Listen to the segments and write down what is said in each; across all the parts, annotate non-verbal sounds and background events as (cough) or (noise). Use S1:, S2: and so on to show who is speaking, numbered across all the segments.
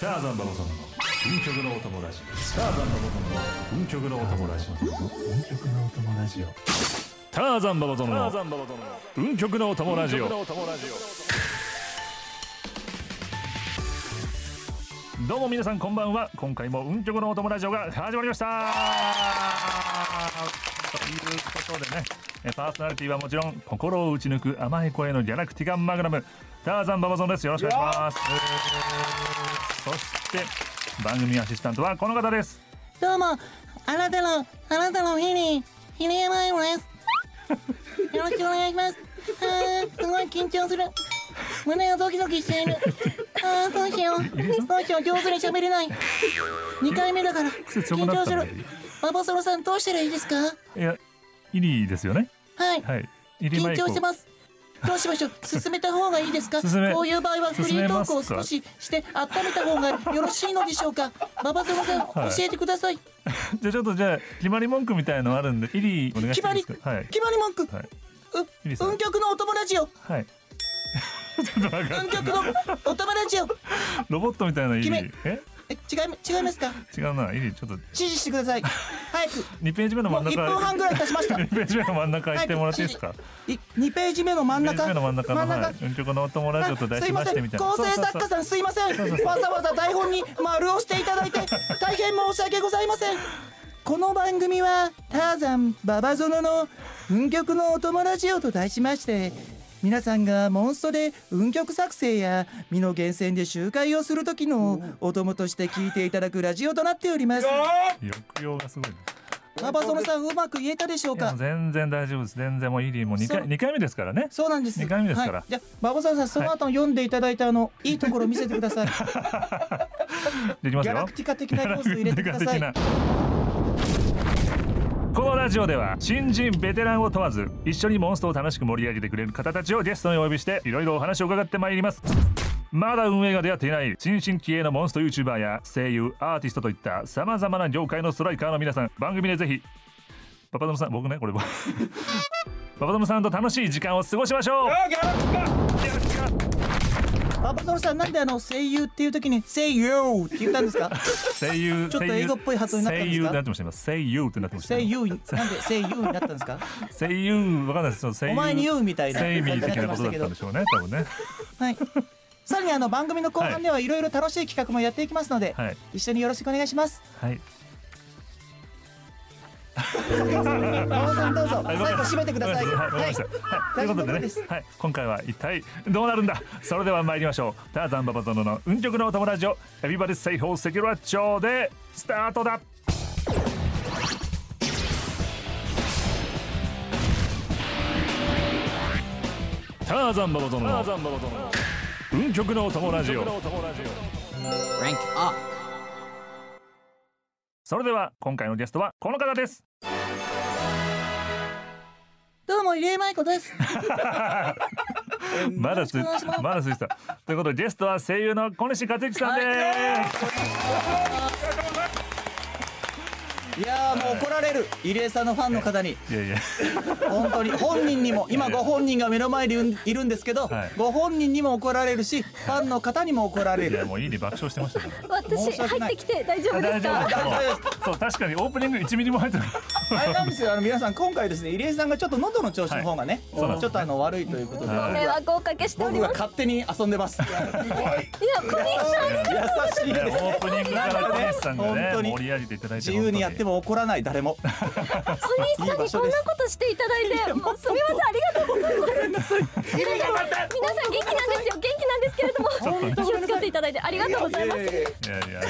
S1: ターザンババ様の運極のお友達ターザンババ様の運極のお友達
S2: 運極のお友ラジオ
S1: ターザンババ様の運極のお友ラジオどうも皆さんこんばんは今回も運極のお友ラジオが始まりましたということでねえパーソナリティはもちろん心を打ち抜く甘い声のギャラクティガンマグナムターザンババゾンですよろしくお願いしますそして番組アシスタントはこの方です
S3: どうも、あなたの、あなたの日に、ひねまいも
S1: (laughs)
S3: です。よろしくお願いします。あー、すごい緊張する。胸がドキドキしている。あー、どうしよう。どうしよう、上手に喋れない。2回目だから、緊張す
S1: んだよ
S3: る。ババソロさん、どうしたらいいですか
S1: いやイリーですよね
S3: はい。
S1: はいイリーマ
S3: 緊
S1: イク
S3: 張
S1: を
S3: してます。どうしましょう進めた方がいいですか
S1: 進め
S3: こういう場合はフリ
S1: 進め
S3: ート
S1: ま
S3: ー
S1: すか
S3: クを少しして温めた方がよろしいのでしょうかババソロさん、
S1: い
S3: 教えてください
S1: じゃあちょっとじゃあ決まり文句みたいのあるんでイリーお願いし
S3: 決
S1: てい
S3: ま
S1: いで
S3: り、
S1: すかはい
S3: 決まり文句、
S1: はいういいですよ
S3: 運極のお友達よ
S1: はい (laughs) ちょっと分かん
S3: 運
S1: ない (laughs)
S3: 極のお友達よ
S1: ロボットみたいなイリ
S3: 決め
S1: ーえ
S3: え違い違いますか
S1: 違うなイリーちょっと
S3: 指示してください早く
S1: 二ページ目の真ん
S3: もう1
S1: 中
S3: 分半ぐらい経ち
S1: (laughs)
S3: ました
S1: 2ページ目の真ん中行ってもらっていいですか
S3: い2ページ目の真ん
S1: 2ページ
S3: 中
S1: 目の真ん中のはいうんちょこのお友達をと題
S3: す
S1: し
S3: い
S1: ま
S3: ま
S1: し
S3: せ
S1: て
S3: ん
S1: みたいな
S3: 構成作家
S1: そうそう
S3: さんすいませんわざわざ台本に丸をしていただいて大変申し訳ございませんこの番組は「ターザンババゾノの運極のお友達よ」と題しまして皆さんがモンストで運極作成や身の源泉で集会をする時のお供として聞いていただくラジオとなっております
S1: そう抑揚がすごいね
S3: ババゾノさんうまく言えたでしょう
S1: いや
S3: か
S1: もう全然大丈夫です全然もうイリーもう二
S3: そ
S1: 回
S3: う
S1: 二回目ですからね
S3: そうなんです
S1: 二回目ですから
S3: はい、じゃあババゾノさんその後読んでいただいたあのいいところ見せてください
S1: できます
S3: ギャ
S1: よ
S3: ラクティカ的な要素入れてください。
S1: (laughs) このラジオでは新人ベテランを問わず一緒にモンストを楽しく盛り上げてくれる方たちをゲストにお呼びしていろいろお話を伺ってまいりますまだ運営が出会っていない新進気鋭のモンスト YouTuber や声優アーティストといったさまざまな業界のストライカーの皆さん番組でぜひパパドムさん僕ねこれ (laughs) パパドムさんと楽しい時間を過ごしましょう
S3: パパソルさんなんであの声優っていう時に声優って言った
S1: (laughs)
S3: んですか？
S1: 声優
S3: ちょっと英語っぽい発音になったんですか
S1: 声優ってなってました今声優ってなってました
S3: 声優になんで声優になったんですか？
S1: 声優わかんないですその声優
S3: お前に言うみたいな
S1: セイミー的なことだったんでしょうね多分ね
S3: はい。さらにあの番組の後半ではいろいろ楽しい企画もやっていきますので、
S1: はい
S3: 一緒によろしくお願いします。
S1: はい
S3: パパさんどうぞ
S1: はい
S3: 最後締めてください。
S1: わかり
S3: は
S1: ま
S3: い
S1: したわかりましたはいということで
S3: 大丈夫
S1: ね
S3: です
S1: はい今回は一体どうなるんだそれでは参りましょうターザンババゾノの運極のお友達をエビバディセイホーセキュラ町でスタートだターザンババゾノの運極のお友達を
S4: Rank up.
S1: それでは今回のゲストはこの方です
S3: どうも入江舞子です。
S1: まだつい
S3: よろしくお願
S1: まだ
S3: いします
S1: ついてた。ということでゲストは声優の小西克幸さんです。
S3: いやーもう怒られる入江さんのファンの方に
S1: いやいや、
S3: 本当に本人にも今ご本人が目の前にいるんですけど
S1: はい、
S3: ご本人にも怒られるしファンの方にも怒られ
S1: い
S3: る
S1: や。もういいね爆笑してましたね。
S3: 申
S5: 私
S3: し訳
S5: 入
S3: な
S5: っ
S3: い
S5: てきて大丈夫で
S1: 大
S5: す
S1: 丈
S5: か
S1: 夫ですか。そう確かにオープニング1ミリも入ってない。
S3: あれなんですよ、あの皆さん、今回ですね、入江さんがちょっと喉の調子の方がね、
S1: そうなんです
S3: ちょっとあの悪いということで。
S5: ご迷惑をおかけしてお
S3: 僕
S5: り
S3: が
S5: ます
S3: 勝手に遊んでます。優
S5: いや小西さん
S3: しい
S1: ねオ
S3: です。
S1: ープニングから小西さんが
S3: 本
S1: ね
S3: 当に
S1: 盛り上げていただいて
S3: 自由にやって
S1: も
S3: も怒らない誰も。
S5: 小西さんにこんなことしていただいてもうすみませんありがとうございます皆さん皆さん元気なんですよ元気なんですけれども気をつけていただいてありがとうございます
S3: いやいやいや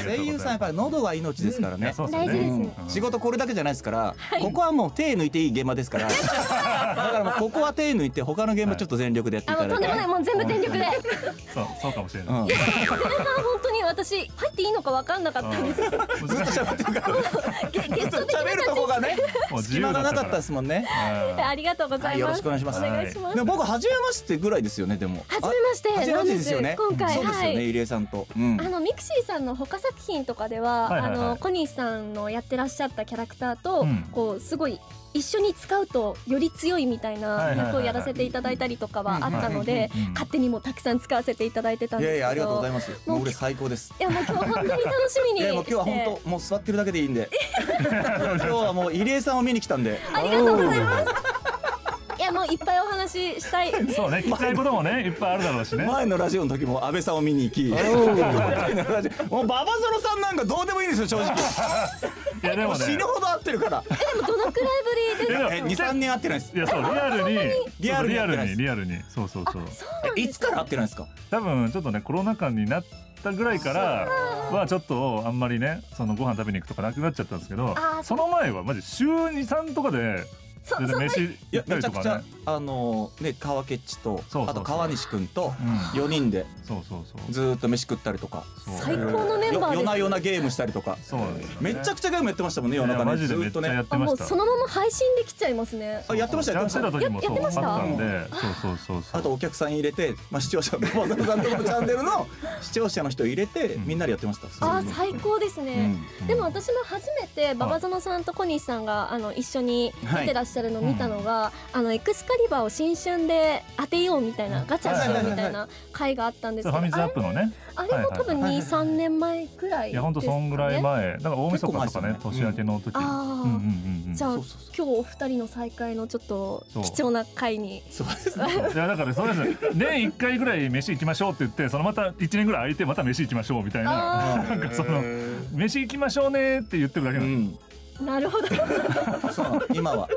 S3: 声優さんやっぱり喉が命ですからね。
S5: 大事ですね
S3: 仕事これだけじゃないですから、ここはもう手抜いていい現場ですから。だからもうここは手抜いて他の現場ちょっと全力でやってい
S5: あ
S3: た
S5: の
S3: だ
S5: と
S3: い
S5: んでも
S3: てね。
S5: ないもう全部全力でこ
S1: そうそうかもしれ
S3: う
S1: ない。
S3: ん
S5: れが本当に私入っていいのか分かんなかったんですゲ
S3: ずっと喋ってるから。
S5: ゲスト的な
S3: 喋るとこがね、
S1: もう自
S3: 隙
S1: 由だ
S3: 間
S1: っ
S3: が
S1: た
S3: な
S1: か
S3: からったですもんね。
S1: うん
S5: ありがとうございます
S3: よろしくお願いします
S5: お願いします
S3: (laughs) でも僕初めましてぐらいですよね、でも。
S5: 初めまして
S3: 初めましてですよね。
S5: 今回
S3: そうですよ
S5: は
S3: ね、
S5: い
S3: 入江さんと。うん
S5: あのミクシーさんの他作品とかでは、
S1: はいはいは
S5: あ
S1: い
S5: の小西さんのやってらっしゃったキャラクターと、
S1: うん
S5: こうすごい一緒に使うとより強いみたい
S1: はいはい
S5: な
S1: はいはい
S5: 役をやらせていただいたりとかはあったの
S1: うんうん
S5: で
S1: うんうん
S5: 勝手にもうたくさん使わせていただいてたん
S3: い
S5: ですけ
S3: や
S5: ど
S3: いやありがとうございますもう俺最高です
S5: いやもう今日本当に楽しみに
S3: いやもう今日は本当もう座ってるだけでいい
S5: (laughs)
S3: んで今日はもう入江さんを見に来たんで
S5: 当ありがとうございますいやもういっぱいお話ししたい
S1: (laughs) そうね聞きたいこと
S3: (laughs)
S1: もねいっぱいあるだろうしね
S3: 前のラジオの時も安倍さんを見に行き前のラジオもう馬場園さんなんかどうでもいいんですよ正直
S1: いやでも
S3: 死
S1: ね
S3: ぬほど合ってるから
S5: でもどのくらいぶりで
S1: え
S3: え23年合ってないです
S1: いやそうリアル
S3: (laughs)
S1: に
S3: リアルに
S1: リ
S3: や
S1: ア
S3: って
S1: ル
S3: ないで
S1: に
S3: す
S1: リアルにそうそうそう
S3: えいつから合ってないんですか
S1: 多分ちょっとねコロナ禍になったぐらいからはちょっとあんまりねそのご飯食べに行くとかなくなっちゃったんですけど
S5: あー
S1: その前はマジ週23とかで
S5: そ
S1: 全
S5: そ
S1: 然飯
S3: い
S1: 行
S3: や
S1: った
S3: め
S1: り
S3: ちゃ
S1: と
S3: くちゃ
S1: かね
S3: あのね川ケっちと
S1: そうそうそう
S3: あと川西くんと
S1: うん
S3: 4人で
S1: そうそうそう
S3: ずーっと飯食ったりとか
S1: そう
S5: 最高のメンバーです
S3: よ夜な夜なゲームしたりとか
S1: そうなんですよね
S3: めちゃくちゃゲームやってましたもんね
S1: いや
S3: 夜中
S1: マ
S3: に
S1: ジ
S3: ず
S1: でめ
S3: ー
S1: っ
S3: っ
S1: ち
S3: と
S1: ゃや
S3: ね
S1: って
S5: あ
S1: ま
S5: も
S1: し
S5: う
S1: た
S5: そのまま配信できちゃいますね
S3: あやってましたや
S1: や
S3: っ
S1: ってて
S3: ま
S1: た
S3: し
S1: 時もそ
S5: や
S1: う
S5: って
S1: あ
S5: ま
S1: っ
S5: した
S1: たんでそうそうそう
S3: た
S1: そ
S3: あ
S1: う
S3: とお客さん入れてまあ視聴者 (laughs) 馬場園さんとかもチャンネルの視聴者の人入れて
S1: うん
S3: みんなでやってました
S5: あー最高ですね、
S1: うん
S5: でも私も初めて馬場園さんと小西さんがあの一緒に出てらっしゃるのを見たのが、あのエクスカリバーを新春で当てようみたいなガチャしようみたいな回があったんです
S1: そ
S5: け
S1: う
S5: どあ
S1: フ
S5: れ
S1: ァミズアップのね
S5: あれも多分
S3: はいはいはい
S5: 23年前ぐらいですか
S1: い
S5: ね
S1: やほんとそんぐらい前だから大晦日とかね
S3: 結構
S1: 年
S3: 前ですよね
S1: 明けの時
S5: あ
S1: う
S5: ー
S1: んうんうんうん
S5: じゃあ
S3: そうそ
S5: 今
S3: う
S5: 日お二人の再会のちょっと
S1: そう
S5: 貴重な回に
S3: そうですね
S1: いやだからそうです年1回ぐらい飯行きましょうって言ってそのまた1年ぐらい空いてまた飯行きましょうみたいな
S5: あ
S1: なんかその飯行きましょうねって言ってるだけ
S3: う
S1: なんで
S3: ん
S5: あなるほ
S3: (laughs)
S5: ど
S3: そうなの今
S1: (laughs)
S3: は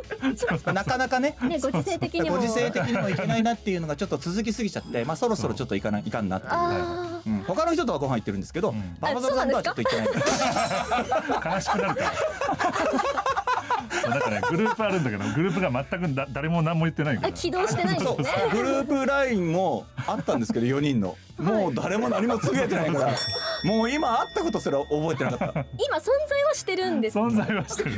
S3: なかなかね
S5: ねご時世的にも
S3: ご時世的にもいけないなっていうのがちょっと続きすぎちゃってまあそろそろちょっといかないいかんなっていう
S5: あ
S3: うん他の人とはご飯行ってるんですけど、
S1: ん
S3: 馬場園さんとはちょっと行ってない。
S1: 悲しくなるからそうだからねグループあるんだけどグループが全くだ誰も何も言ってない
S5: ー
S1: か
S5: あ
S1: ら
S5: 起動してないで
S3: そ
S5: す
S3: う
S5: ね
S3: グループラインもあったんですけど4人のもう誰も何もつぶやいてないからもう今会ったことすら覚えてなかった
S5: 今存在はしてるんです
S1: 存在はしてる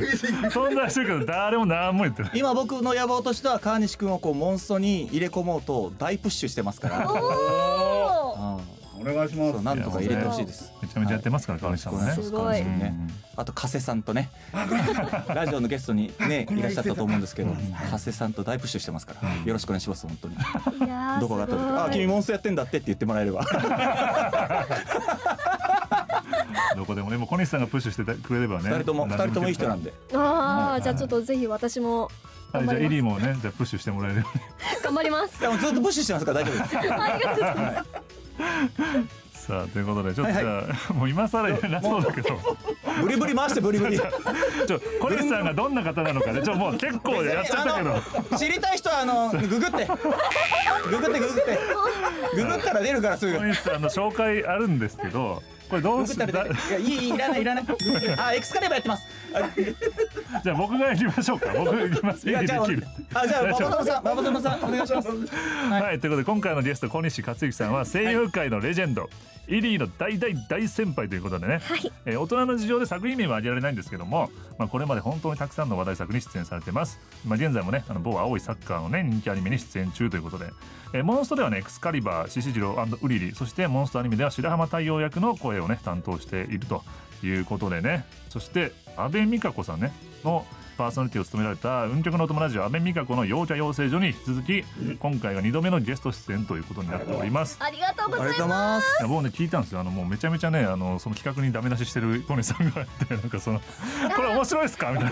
S1: 存在してるけど誰も何も言ってない
S3: 今僕の野望としては川西君をこうモンストに入れ込もうと大プッシュしてますから
S5: おお
S3: あ
S6: お願いし
S3: ー
S6: ま
S3: そう
S6: す。
S3: なんとか入れてほしいです
S1: めちゃめちゃやってますから川西さんもね
S5: すごい
S1: うんうん
S3: あと加瀬さんとねラジオのゲストにねいらっしゃったと思うんですけど加瀬さんと大プッシュしてますからよろしくお願いします本当に
S5: いやー
S3: どこがあった時
S5: すごい
S3: あ君モンストやってんだってって言ってもらえれば
S1: どこでもねもう小西さんがプッシュしてくれればね
S3: 二人とも二人ともいい人なんで
S5: ああ、じゃあちょっとぜひ私 (laughs) も
S1: はいじゃあエリーもねじゃあプッシュしてもらえるように
S5: 頑張ります。
S3: でもずっとプッシュしてますから大丈夫で
S5: (laughs)
S3: す
S5: ありがとうございます。
S1: さあということでちょっとじゃあもう今更言えなそうだ
S3: (laughs)
S1: けど
S3: ブリブリ回してブリブリ
S1: ちょ小西さんがどんな方なのかねちょもう結構やっちゃったけど
S3: ど知りたい人はあのググってググってググってググったら出るからすぐ
S1: 小西さんの紹介あるんですけどこれど
S3: グ
S1: う
S3: グっ
S1: したた
S3: ら出るいやいいいいいらないいらないあエクスカリバーやってます
S1: じゃあ僕が行きましょうか僕行きます
S3: い
S1: エリー
S3: やじゃあ
S1: できる
S3: あじゃあ馬場園さん馬場園さんお願いします
S1: はい、ということで今回のゲスト小西克幸さんは声優界のレジェンド、イリーの大大大先輩ということでね、えー大人の事情で作品名は挙げられないんですけども、まあ、これまで本当にたくさんの話題作に出演されてます、まあ、現在もねあの某青いサッカーのね人気アニメに出演中ということで、えーモンストではねエクスカリバー獅子次郎ウリリそしてモンストアニメでは白浜太陽役の声をね担当しているということでねそして阿部美香子さんねのパーソナリティを務められた運極のお友達阿部美香子の陽キャ養成所に引き続き今回が2度目のゲスト出演ということになっております
S5: ありがとうござい
S3: ありがとうござ
S5: ま
S3: います
S1: いや僕ね聞いたんですよあのもうめちゃめちゃねあのその企画にダメ出ししてる小西さんがいてなん
S5: (laughs)
S1: かその「これ面白いですか?」みたい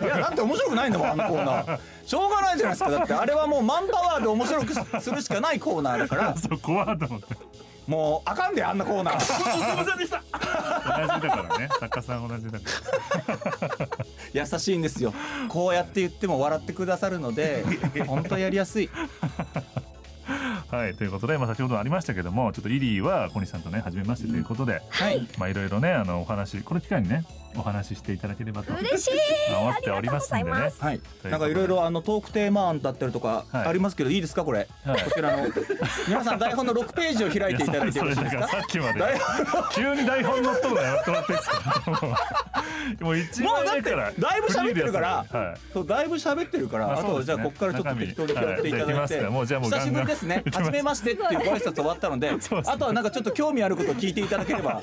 S1: ない (laughs)
S3: やだって面白くないんだもんあのコーナーしょうがないじゃないですかだってあれはもうマンパワーで面白くするしかないコーナーだから
S1: そう怖いと思って
S3: もうあかんであんなコーナー
S1: 同じだからね作家さん同じだか
S3: 優しいんですよこうやって言っても笑ってくださるので本当やりやすい
S1: らはいということで、まあ、先ほどありましたけどもちょっとイリーは小西さんとね初めましてということで、
S3: はい
S1: まあいろいろねあのお話この機会にねお話ししていただければと
S5: す。嬉しい。
S1: 思
S5: あ
S1: ってお
S5: り
S1: り
S5: がとうご
S1: ますん
S5: ざ
S1: で
S5: い
S1: ね
S5: ます。
S3: はい
S1: ということ、で
S3: なんかいろいろあのトークテーマ案だったりとか
S1: はい
S3: ありますけど、い、いですかこれ、
S1: はい
S3: こ
S1: (laughs)
S3: ちらの皆さん台本の6ページを開いていただいて
S1: そ
S3: よろ
S1: れ
S3: しい
S1: それだ
S3: です
S1: から
S3: か
S1: さっきまで
S3: 台
S1: 急に台本乗っとるのやってもらっていいですかもう一
S3: も
S1: 番
S3: うだっ
S1: 目
S3: て
S1: から
S3: だいぶ喋ってるから
S1: はい
S3: そうだいぶ喋ってるから、
S1: まあ
S3: あ
S1: そう
S3: と
S1: です
S3: じゃ
S1: ね
S3: あここからちょっと適当にやっていた
S1: 中身はいじゃあ行きま
S3: だいて、
S1: すかもうじゃあもうガ
S3: 久し
S1: ン
S3: ぶ
S1: ガン
S3: りですね初めましてっていうご挨拶終わったので
S1: (laughs) そうですね
S3: あとはなんかちょっと興味あることを聞いていただけ
S1: (laughs)
S3: れば
S1: はい。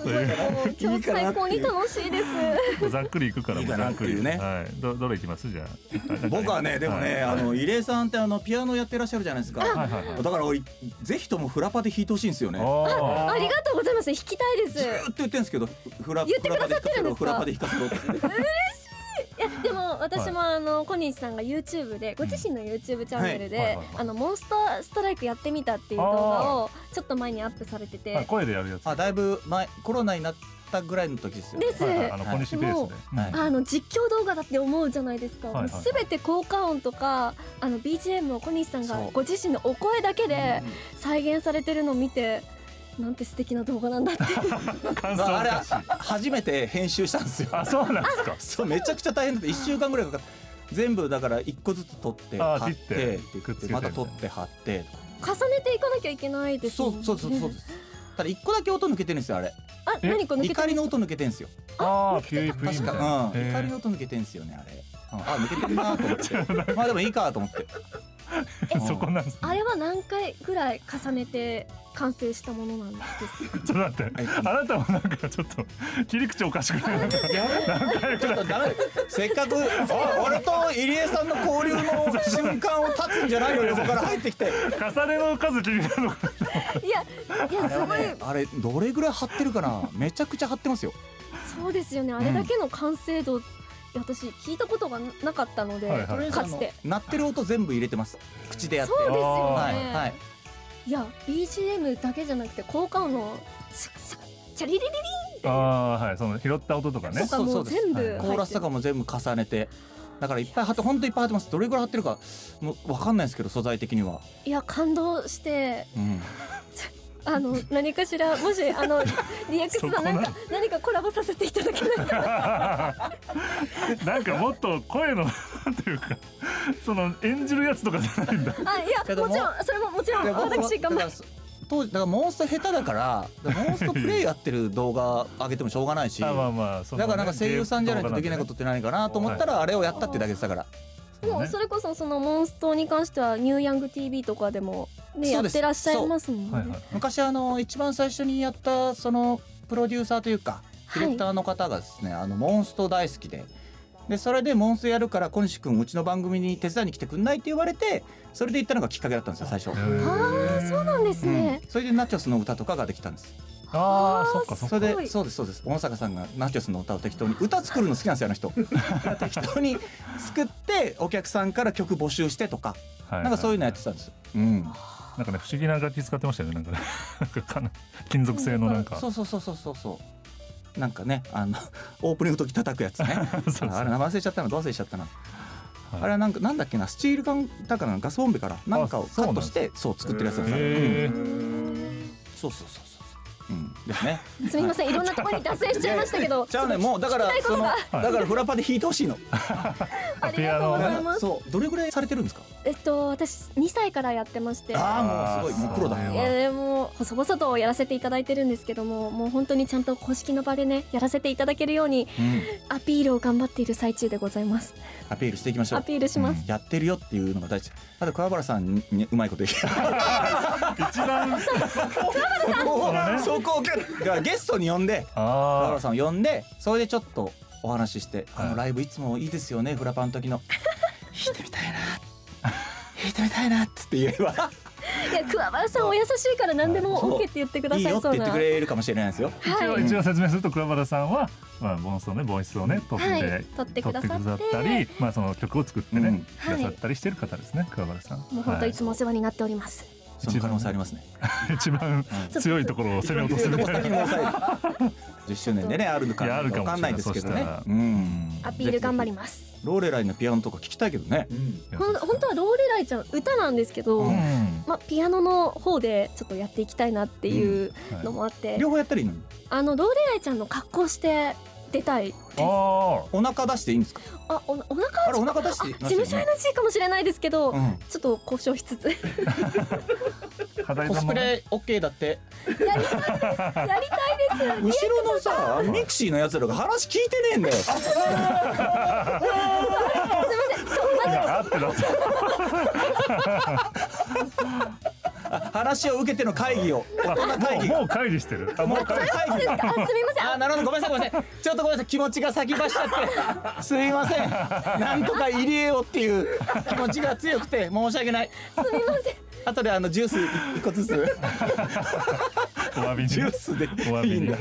S1: という
S5: 今日最高に楽しいです。
S1: ざっくりいくから
S3: いい
S1: もう
S3: か
S1: ざ
S3: な
S1: っ
S3: っ
S1: く
S3: て
S1: り
S3: いうね
S1: はい。どどれいきますじゃあ。
S3: 僕はねでもね、あの入江さんってあのピアノやってらっしゃるじゃないですか、
S1: はいはいはい。
S3: だからおいぜひともフラパで弾いてほしいんですよね
S1: あ
S5: ありがとうございます。弾きたいで
S3: ず
S5: す。
S3: ーっと言ってるんですけどフフラ
S5: 言ってくださってるんですか
S3: フラパで弾かせろフラパで弾かせろって
S5: いやでも私もあの小西さんが YouTube でご自身の YouTube チャンネル
S1: はいはい
S5: で
S1: はいはい
S5: あのモンスターストライクやってみたっていう動画をちょっと前にアップされて
S1: ーあ。
S5: て
S1: 声でやるやつ。
S3: あだいぶ前コロナになったぐらいの時ですよね
S5: です
S1: はいはいあの小西ベースで。
S3: もうはい
S5: あの実況動画だって思うじゃないです
S1: はいは
S5: か
S1: い
S5: すべて効果音とかあの BGM を小西さんが
S3: そう
S5: ご自身のお声だけで再現されてるのを見てなんて素敵な動画なんだって
S3: (laughs)
S1: 感想
S3: まああれ
S1: だし。
S3: 初めて編集したんですよ
S5: (laughs)
S1: あそうなんですか。
S3: そうめちゃくちゃ大変だって1週間ぐらいかかって全部だから1個ずつ取って
S1: あー
S3: 貼っ
S1: 切って
S3: てで
S1: くっつけて
S3: また取って貼って
S5: 重ねていかなきゃいけないですも
S3: そ
S5: ん
S3: う
S5: ね
S3: そうそうそうですただ1個だけ音抜けてるんですよあれ
S5: あ
S1: え
S5: 何これ抜けて
S3: 怒
S5: る
S3: りの音抜けてるんですよ
S1: ああピュイプイみ
S3: 確
S1: たいな。
S3: か、う
S1: へ
S3: ん、
S1: ー
S3: 怒りの音抜けてるんですよねあれ、うん、あ抜けてるなと思
S1: (laughs)
S3: ってまあでもいいかと思ってうん
S1: そこなんです。
S5: あれは何回ぐらい重ねて完成したものなんですか
S1: ちょっと待って。あなたもなんかちょっと切り口おかしく
S3: (laughs)
S1: ないですか。
S3: ちょっとダメだせっかくあ俺と入江さんの交流の瞬間を立つんじ
S1: (laughs)
S3: ゃないの横から入ってきて
S1: 重ねの数気になるのか。
S3: (laughs)
S5: いやいやすごい
S3: あれどれぐらい張ってるかな (laughs) めちゃくちゃ張ってますよ
S5: そうですよねあれだけの完成度、いや私聞いたことがなかったので、
S1: はいはい
S5: かつて
S3: 鳴ってる音全部入れてます口でやって
S5: そうですよね、
S1: あ
S3: はい
S1: ー
S3: はい
S5: い、や BGM だけじゃなくて効果音のシャカシャカチャリリリ
S1: ああーはいその拾った音とか
S5: リ
S1: ね
S5: と。かもう
S3: そうそう
S5: 全部入ってる
S3: コーラスとかも全部重ねてだからいっぱい貼って本当いっぱい貼ってますどれぐらい貼ってるかもうわかんないですけど素材的には、
S5: いや感動して
S3: うん、
S5: あの何かしらもしあ
S3: (laughs)
S5: の DX さん
S1: そこな
S5: 何
S1: の
S5: か何かコラボさせていただけ
S3: (laughs)
S5: ないか
S1: (laughs) なんかもっと声のなんていうかその演じるやつとかじゃないんだ。
S5: あいや
S3: けど
S5: も
S3: も
S5: ちろんそれももちろん
S3: で僕は
S5: (laughs) 私頑張
S3: だから
S5: る
S3: そ当時だからモンスト下手だからだからモンストプレイやってる動画上げてもしょうがない
S1: (laughs)
S3: し、
S1: あまあまあその
S3: だ
S1: ね
S3: からなんか声優さんじゃないとできないことって何かなと思ったらあれをやったってだけですだから
S1: 動画
S5: も
S1: な
S5: うん
S1: だ
S5: そ
S1: ね
S5: れこそそのモンストに関してはニューヤング TV とかでもねや
S3: そう
S5: っ
S3: です
S5: てらっしゃいますもんね、
S1: はいはい
S3: 昔あの一番最初にやったそのプロデューサーというかディレクターの方がですね、あのモンスト大好きででそれでモンストやるから小西君うちの番組に手伝いに来てくんないって言われてそれで行ったのがきっかけだったんですよ最初。
S5: ああそうなんですね、
S3: うんそれでナチョスの歌とかができたんです。
S1: ああそっかそっ
S3: そ
S1: か。
S3: れ
S5: すごい
S3: で、そうです、そうです。小野坂さんがナチョスの歌を適当に、歌作るの好きなんですよ、あの人。 (laughs) 適当に作って、お客さんから曲募集してとか、
S1: な
S3: なんかそういうのやってたんです。うん。
S1: なんかね不思議な楽器使ってましたよねなんかねなんかかな金属製のなんか。
S3: そうそうそうそうそうそうなんかねあのオープニングの時叩くやつね
S1: (laughs) そうそう
S3: あれ名前忘れちゃったなどう忘れしちゃったな、
S1: い
S3: あれはなんかなんだっけなスチール缶だからガスボンベからなんかを
S1: そ
S3: カ
S1: うなん
S3: ッ
S1: だ
S3: トしてそう作ってるやつなんですようん
S1: へえ。
S3: そうそうそうそううんです
S5: (laughs)
S3: ね
S5: すみませんいろんなところに脱線しちゃいましたけど
S3: (laughs) じゃあねもうだからその
S1: が
S3: だからフラパで弾いてほしいの
S5: ありがとうございます。
S3: そうどれぐらいされてるんですか
S5: えっと私2歳からやってまして。
S3: ああもうすごいもうプロだ
S1: あー
S5: いやでも細々とやらせていただいてるんですけどももう本当にちゃんと公式の場でねやらせていただけるように (laughs)
S3: うん
S5: アピールを頑張っている最中でございます
S3: アピールしていきましょ
S5: ア
S3: う
S5: ピールします、
S3: うんやってるよっていうのが大事あと桑原さんにうまいこ
S1: (laughs)
S3: と言
S5: (laughs)
S3: う
S1: 一番
S3: そこ
S1: そうだ
S3: を
S1: ね
S3: そこをだからゲストに呼んで桑
S1: あ
S3: 原さんを呼んでそれでちょっとお話しして「
S1: はい
S3: あのライブいつもいいですよねフラパンの
S1: (laughs)
S3: 時の」「弾いてみたいな」「 (laughs) 弾いてみたいな」っつって言えば
S1: (laughs)
S5: いや桑原さんお優しいから何でも
S3: そう
S5: OK って言ってくだ
S3: 「いい
S5: さ
S3: よ」
S5: い
S3: って
S5: そう
S3: 言っ
S5: な
S3: てく
S5: はい
S3: れるかもしれないですよ。
S1: あ。一応一応説明すると桑原さんはまあボンスをねボイスをね取っ
S5: はい
S1: て。
S5: 撮って
S1: 取
S5: く
S1: っ
S5: だ
S1: てく
S5: さ
S1: ださっ
S5: って
S1: たり、まあその曲を作って
S3: う
S1: ね
S3: ん、
S1: くださったりしてる方ですね、桑原さん。
S5: もう本当いつ
S1: も
S5: もお世話になっております、
S3: その可能性ありますね。
S1: (laughs) 一番強いところを攻め落とすみたいな。
S3: (laughs) 10周年でねあるのか
S1: いやあるかもしれない
S3: わかんないですけど
S1: そ
S3: ね
S1: したら。
S3: うん
S5: アピール頑張ります
S3: ローレライのピアノとか聞きたいけどね。
S5: ほん本当はローレライちゃん歌なんですけど、
S1: うん
S5: まあ、ピアノの方でちょっとやっていきたいなっていうのもあって、
S3: 両方やったらいいのに。
S5: あのローレライちゃんの格好して出たい
S1: あ
S3: お腹出していいん
S1: (laughs)
S3: ですか。
S5: あおお腹は
S3: あれお腹出し
S5: あ
S3: ていい
S5: 事務所 NG かもしれないですけど、
S3: うん
S5: ちょっと交渉しつつやり
S1: あ、肌
S3: コ
S1: 色
S3: ス
S1: の
S3: プ
S1: ね。
S3: レ OK だって。
S5: たいですやりたいです
S3: 後ろのさミクシーの
S1: (laughs)
S3: やつらが話聞いてねえんだよ。
S5: すみませんそうまず
S1: いやあってなって
S3: 話を受けての会議を
S1: あ
S3: 大人会
S1: もう
S3: 議
S1: もう会議してる
S3: (laughs)
S1: あもう会議
S5: そうですかあすみません
S3: あなるほどごめんなさいごめんなさ
S1: (laughs)
S3: いちょっとごめんなさい気持ちが先走っちゃってすいませんなんとか入れようっていう気持ちが強くて申し訳ない
S5: すみません
S3: 後であのジュース一個ずつ
S1: お詫びに
S3: ジュースで
S1: お詫びに
S3: いいんだ
S1: は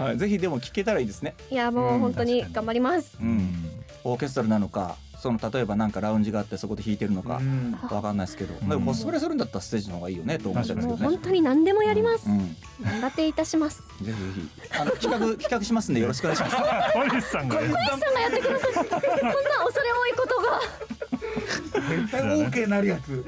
S1: い
S3: はいぜひでも聞けたらいいですね
S5: いやもう本当に頑張ります
S3: うんオーケストラなのかその例えばなんかラウンジがあってそこで弾いてるのか
S7: うん
S3: わかんないですけどでもこうそれするんだったらステージの方がいいよねと思っちゃうんです
S5: もう
S3: けどね
S5: 本当に何でもやります
S3: うんぜ
S5: 頑張っていたします
S3: ひぜひあの企画 (laughs) 企画しますんでよろしくお願いします
S1: 小西さんがね
S5: さんがやってくださいこんな恐れ多いことが
S7: 絶対 OK になるやつ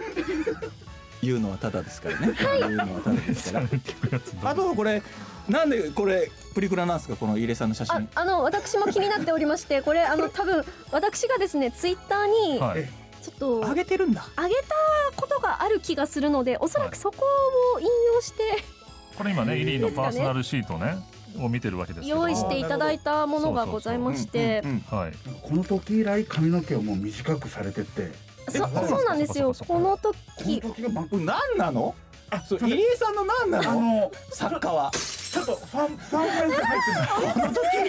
S3: 言うのはただですからね、言うのはただですからあとこれなんでこれプリクラなんですかこの入江さんの写
S5: あ
S3: 真
S5: あの私も気になっておりましてこれあの多分私がですねツイッターに
S1: はい
S5: ちょっと
S3: あげてるんだ
S5: 上げたことがある気がするのでおそらくそこを引用して
S1: これ今ねイリーのパーソナルシートねを見てるわけですけど
S5: 用意していただいたものがございまして
S3: うんうんうん
S1: はい
S7: この時以来髪の毛をもう短くされてって
S5: そ
S1: うん
S5: そうなんですよ
S1: そっか
S5: この
S7: この
S5: 時
S7: 時がま
S3: これ何なの
S7: あ
S3: そう入江さんの何な
S7: あ
S3: の
S7: の
S3: 作家は
S7: ちょっとファンファンファンって入ってない
S3: この時以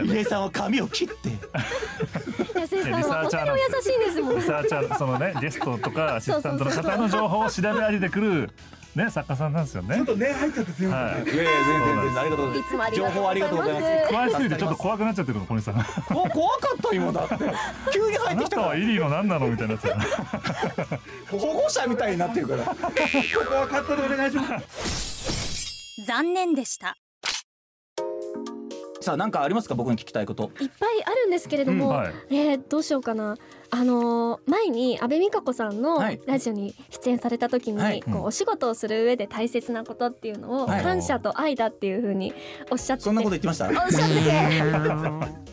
S3: 来入江さんは髪を切って
S5: 安江さん
S1: リサ
S5: は
S1: ー
S5: 本
S1: チャ
S5: 当にお
S1: ーなん
S5: 優
S1: です
S5: しいんですもん
S1: リサーチャーそのねゲストとかアシスタントの方の情報を調べ上げてくるね作家さんなんですよ
S7: ちょ
S1: ね
S7: っとね入っちゃってすみませ
S1: は
S7: ん、
S1: い
S7: ね
S3: いやいや全然全然ありがとうござい
S5: いつもあ
S3: ます
S5: り
S3: 情
S5: がとう
S3: 報ありがとう
S5: ご
S3: ご
S5: ざ
S3: ざ
S5: いま
S3: いますす
S1: 詳しすぎてちょっと怖くなっちゃってるの小西さんあ
S3: もう怖かった今だって急に入って
S1: な
S3: き
S1: た
S3: たか
S1: は
S3: ら
S1: イリーの何なのみたいになっちゃう
S3: 保護者みたいになってるから
S7: ここはカットでお願いします
S6: 残念でした
S3: さあ何かありますか僕に聞きたいこと
S5: いっぱいあるんですけれども、
S1: うんはい
S5: えーどうしようかなあのー前に安倍美香子さんの
S3: はい
S5: ラジオに出演された時に、
S3: はい
S5: こうお仕事をする上で大切なことっていうのを
S3: はい
S5: 感謝と愛だっていうふうにおっしゃってて、
S3: そんなこと言ってました
S5: おっしゃって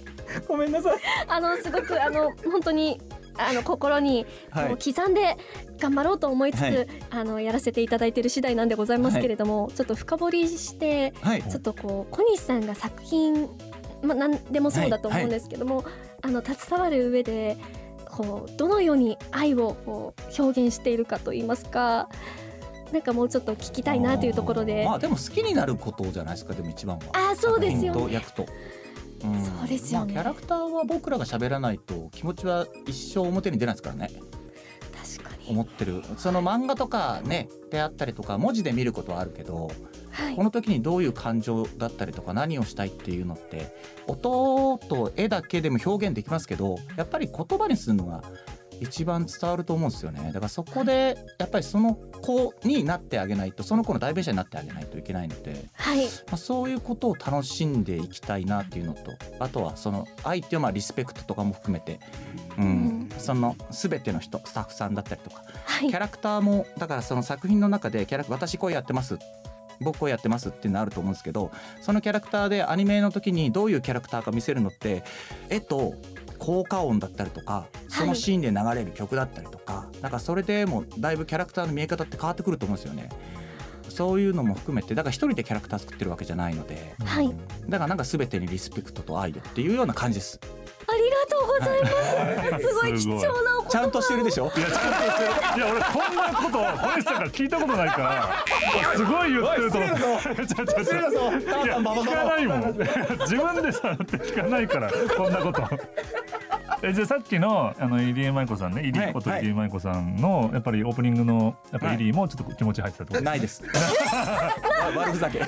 S3: ごめんなさい
S5: てあのすごくあの本当にあの心にこ
S3: は
S5: う
S3: い
S5: 刻んで頑張ろうと思いつつ、
S3: はい
S5: あのやらせていただいている次第なんでございますけれども、ちょっと深掘りして
S3: はい
S5: ちょっとこう小西さんが作品、まあ、何でもそうだと思うんですけども、あの携わる上でこうどのように愛をこう表現しているかと言いますかなんかもうちょっと聞きたいなというところで
S3: まあでも好きになることじゃないですかでも一番は
S5: ああそうですよ
S3: 作品
S5: ね
S3: と役と、うん
S5: そうですよね
S3: まあ、キャラクターは僕らが喋らないと気持ちは一生表に出ないですからね
S5: 確かに、
S3: 思ってるその漫画とかねであったりとか文字で見ることはあるけど
S5: はい
S3: こ、の時にどういう感情だったりとか何をしたいっていうのって音と絵だけでも表現できますけどやっぱり言葉にするのが一番伝わると思うんですよねだからそこでやっぱりその子になってあげないとその子の代弁者になってあげないといけないので、
S5: はい
S3: まあ、そういうことを楽しんでいきたいなっていうのとあとはその愛っていうまあリスペクトとかも含めて、うん
S5: うん
S3: その全ての人スタッフさんだったりとか
S5: は
S3: キャ
S5: い
S3: ラクターもだからその作品の中でキャラク私こうやってます僕こうやってますっていうのあると思うんですけどそのキャラクターでアニメの時にどういうキャラクターか見せるのって絵と効果音だったりとかそのシーンで流れる曲だったりとか、なんかそれでもだいぶキャラクターの見え方って変わってくると思うんですよね。そういうのも含めてだから一人でキャラクター作ってるわけじゃないので
S5: はいあり
S3: だからなんか全てにリスペクトと愛をっていうような感じです
S5: がとうございますすごい貴
S1: すごい
S5: 重なお言
S3: ちゃん
S5: 葉
S3: としてるでしょ (laughs)
S1: いやちゃんといや俺こんなこと小西さんから聞いたことないからすごい言ってると思ってちょちょちょ
S3: そうタ
S1: い
S3: ー
S1: や
S3: タン馬
S1: 聞
S3: 場さん
S1: か
S3: は
S1: ないもん自分でさだって聞かないからこんなことえじゃあさっきのあの入江舞子さんね入江こと
S3: はい
S1: 入江舞子さんの、やっぱりオープニングのやっぱり入江もちょっと気持ち入ってたってこと、
S3: ないです。 (laughs) 悪ふざけ。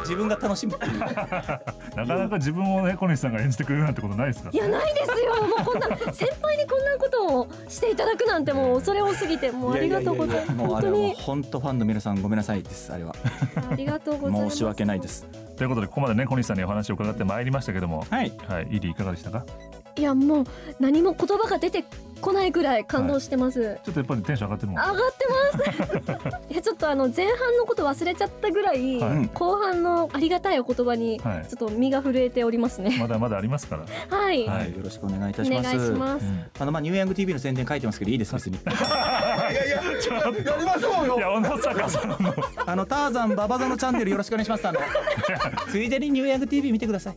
S3: 自分が楽しむっていう。
S1: なかなか自分をね小西さんが演じてくれるなんてことないですから
S5: いやないですよもうこんな先輩にこんなことをしていただくなんてもう恐れ多すぎてもうありがとうございます
S3: もう
S5: 本
S3: あ
S5: 当
S3: れはもう
S5: に
S3: 本当ファンの皆さんごめんなさいです。あれは
S5: ありがとうございます
S3: 申し訳ないです。
S1: ということでここまでね小西さんにお話を伺ってまいりましたけども
S3: はい。
S1: はい入江いかがでしたか
S5: いやもう何も言葉が出てこないぐらい感動してます、
S1: ちょっとやっぱりテンション上がってるもん
S5: 上がってますいやちょっとあの前半のこと忘れちゃったぐらい、
S1: はい
S5: 後半のありがたいお言葉にちょ
S1: はい
S5: っと身が震えておりますね
S1: まだまだありますから、
S5: はい、
S1: は
S3: はい。よろしくお願いいた
S5: お
S3: し
S5: 願
S3: ま
S5: い
S3: す。
S5: します、
S3: あのまあニューヤング TV の宣伝書いてますけどいいです別に。
S7: いやいや
S1: ちょっと
S7: やりましょう
S1: い
S7: よ
S1: や小野坂さんの
S3: あのターザン
S5: (laughs)
S3: ババザのチャンネルよろしくお願いします。あのついでにニューヤング TV 見てください。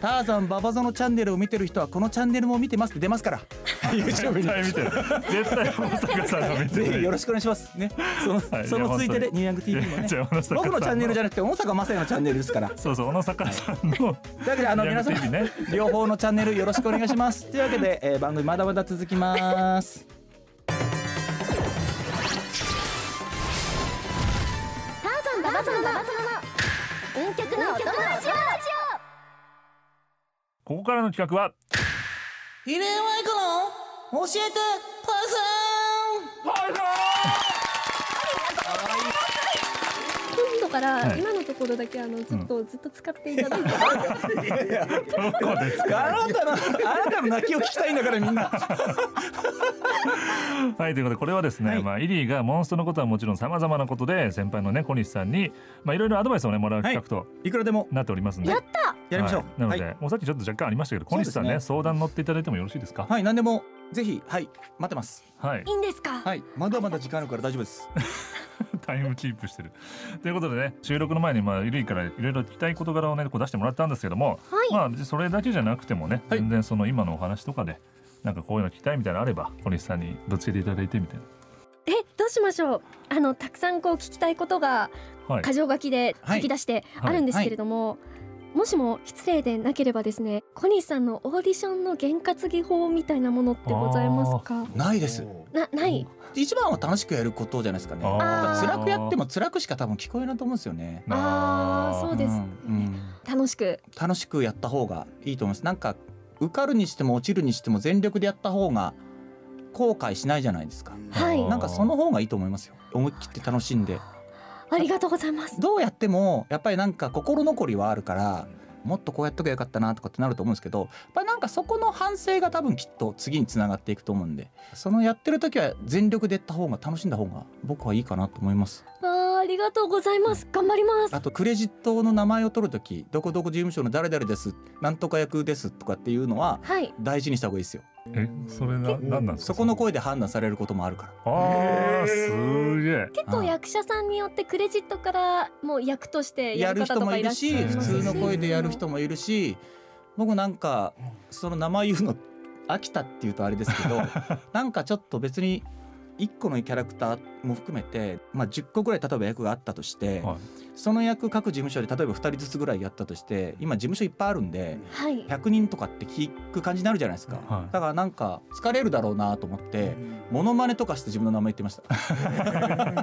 S3: ターザンババゾノチャンネルを見てる人はこのチャンネルも見てますって出ま
S5: (laughs)
S3: すから YouTube
S1: 絶対見てる絶対本坂さんが見て
S3: ぜ
S1: る
S3: ひよろしくお願いしますねその,、
S1: はい
S3: そのついで
S1: いや本当
S3: で
S1: に
S3: ニューヤング TV もね
S1: いや本坂さんの
S3: 僕のチャンネルじゃなくて大阪マサイのチャンネルですから
S1: そうそう小野坂さんの
S3: だけどあの
S1: ニューヤ
S3: 皆
S1: ング
S3: さん
S1: TV ね
S3: 両方のチャンネルよろしくお願いしますというわけで、えー番組まだまだ続きます
S5: ターザンババゾノの運極のお友達を
S1: ここからの企画は
S8: 入れないかな教えてパイセ
S5: 今度か
S1: は
S5: ら
S1: い
S5: 今のところだけあのずっとずっと使っていただいて
S1: どこですか
S3: あなたのあなたの泣きを聞きたいんだからみんな
S1: はいということでこれはですね、まあイリーがモンストのことはもちろんさまざまなことで先輩のね小西さんにまあいろいろアドバイスをねもらう企画と
S3: いくらでも
S1: なっておりますんで、
S3: やりましょう、
S1: はいなので、
S3: はい
S1: もうさっきちょっと若干ありましたけど小西さんね
S3: そうです
S1: 相談乗っていただいてもよろしいですか
S3: はい、何でもぜひはい待ってます
S1: はい
S6: いいんですか
S3: はいまだまだ時間あるから大丈夫です
S1: タイムキープしてる。ということでね収録の前にまあゆるいからいろいろ聞きたい事柄をねこう出してもらったんですけども、まあそれだけじゃなくてもね、
S3: はい
S1: 全然その今のお話とかでなんかこういうの聞きたいみたいなのあれば小西さんにぶつけていただいてみたい
S5: えどうしましょうあのたくさんこう聞きたいことが
S1: な。はい。
S5: 箇条書きで
S3: はい
S5: 書き出して
S1: はい
S5: あるんですけれども、もしも失礼でなければですね小西さんのオーディションの験担ぎ法みたいなものってございますか
S3: ないです
S5: なない
S3: 一番は楽しくやることじゃないですかね
S1: あー
S3: やっぱ辛くやっても辛くしか多分聞こえないと思うんですよね
S5: あーそうですよね
S3: んん
S5: 楽しく
S3: 楽しくやった方がいいと思いますなんか受かるにしても落ちるにしても全力でやった方が後悔しないじゃないですか
S5: はい
S3: なんかその方がいいと思いますよ思い切って楽しんで
S5: ありがとうございます
S3: どうやってもやっぱりなんか心残りはあるからもっとこうやっときゃよかったなとかってなると思うんですけどやっぱりなんかそこの反省が多分きっと次につながっていくと思うんでそのやってる時は全力でやった方が楽しんだ方が僕はいいかなと思います
S5: あーありがとうございます頑張ります
S3: あとクレジットの名前を取る時どこどこ事務所の誰々ですなんとか役ですとかっていうのは
S5: はい
S3: 大事にした方がいいですよ
S1: えそれななんなんですか。
S3: そこの声で判断されることもあるから
S1: ああすげえ。
S5: 結構役者さんによってクレジットからもう役としてや
S3: や
S5: る
S3: る
S5: 方
S3: 人
S5: と
S3: も
S5: か
S3: い
S5: いらっ
S3: る
S5: し
S3: し
S5: ゃい
S1: る
S3: 普
S5: ます
S3: 通
S5: し
S3: の声でやる人もいるし僕なんかその名前言うの飽きたっていうとあれです
S5: (laughs)
S3: けどなんかちょっと別に1個のキャラクターも含めて、まあ、10個ぐらい例えば役があったとして、
S1: はい
S3: その役各事務所で例えば2人ずつぐらいやったとして今事務所いっぱいあるんで
S5: はい
S3: 100人とかって聞く感じになるじゃないですか、
S1: はい
S3: だからなんか疲れるだろうなと思ってモノマネとかして自分の名前言ってました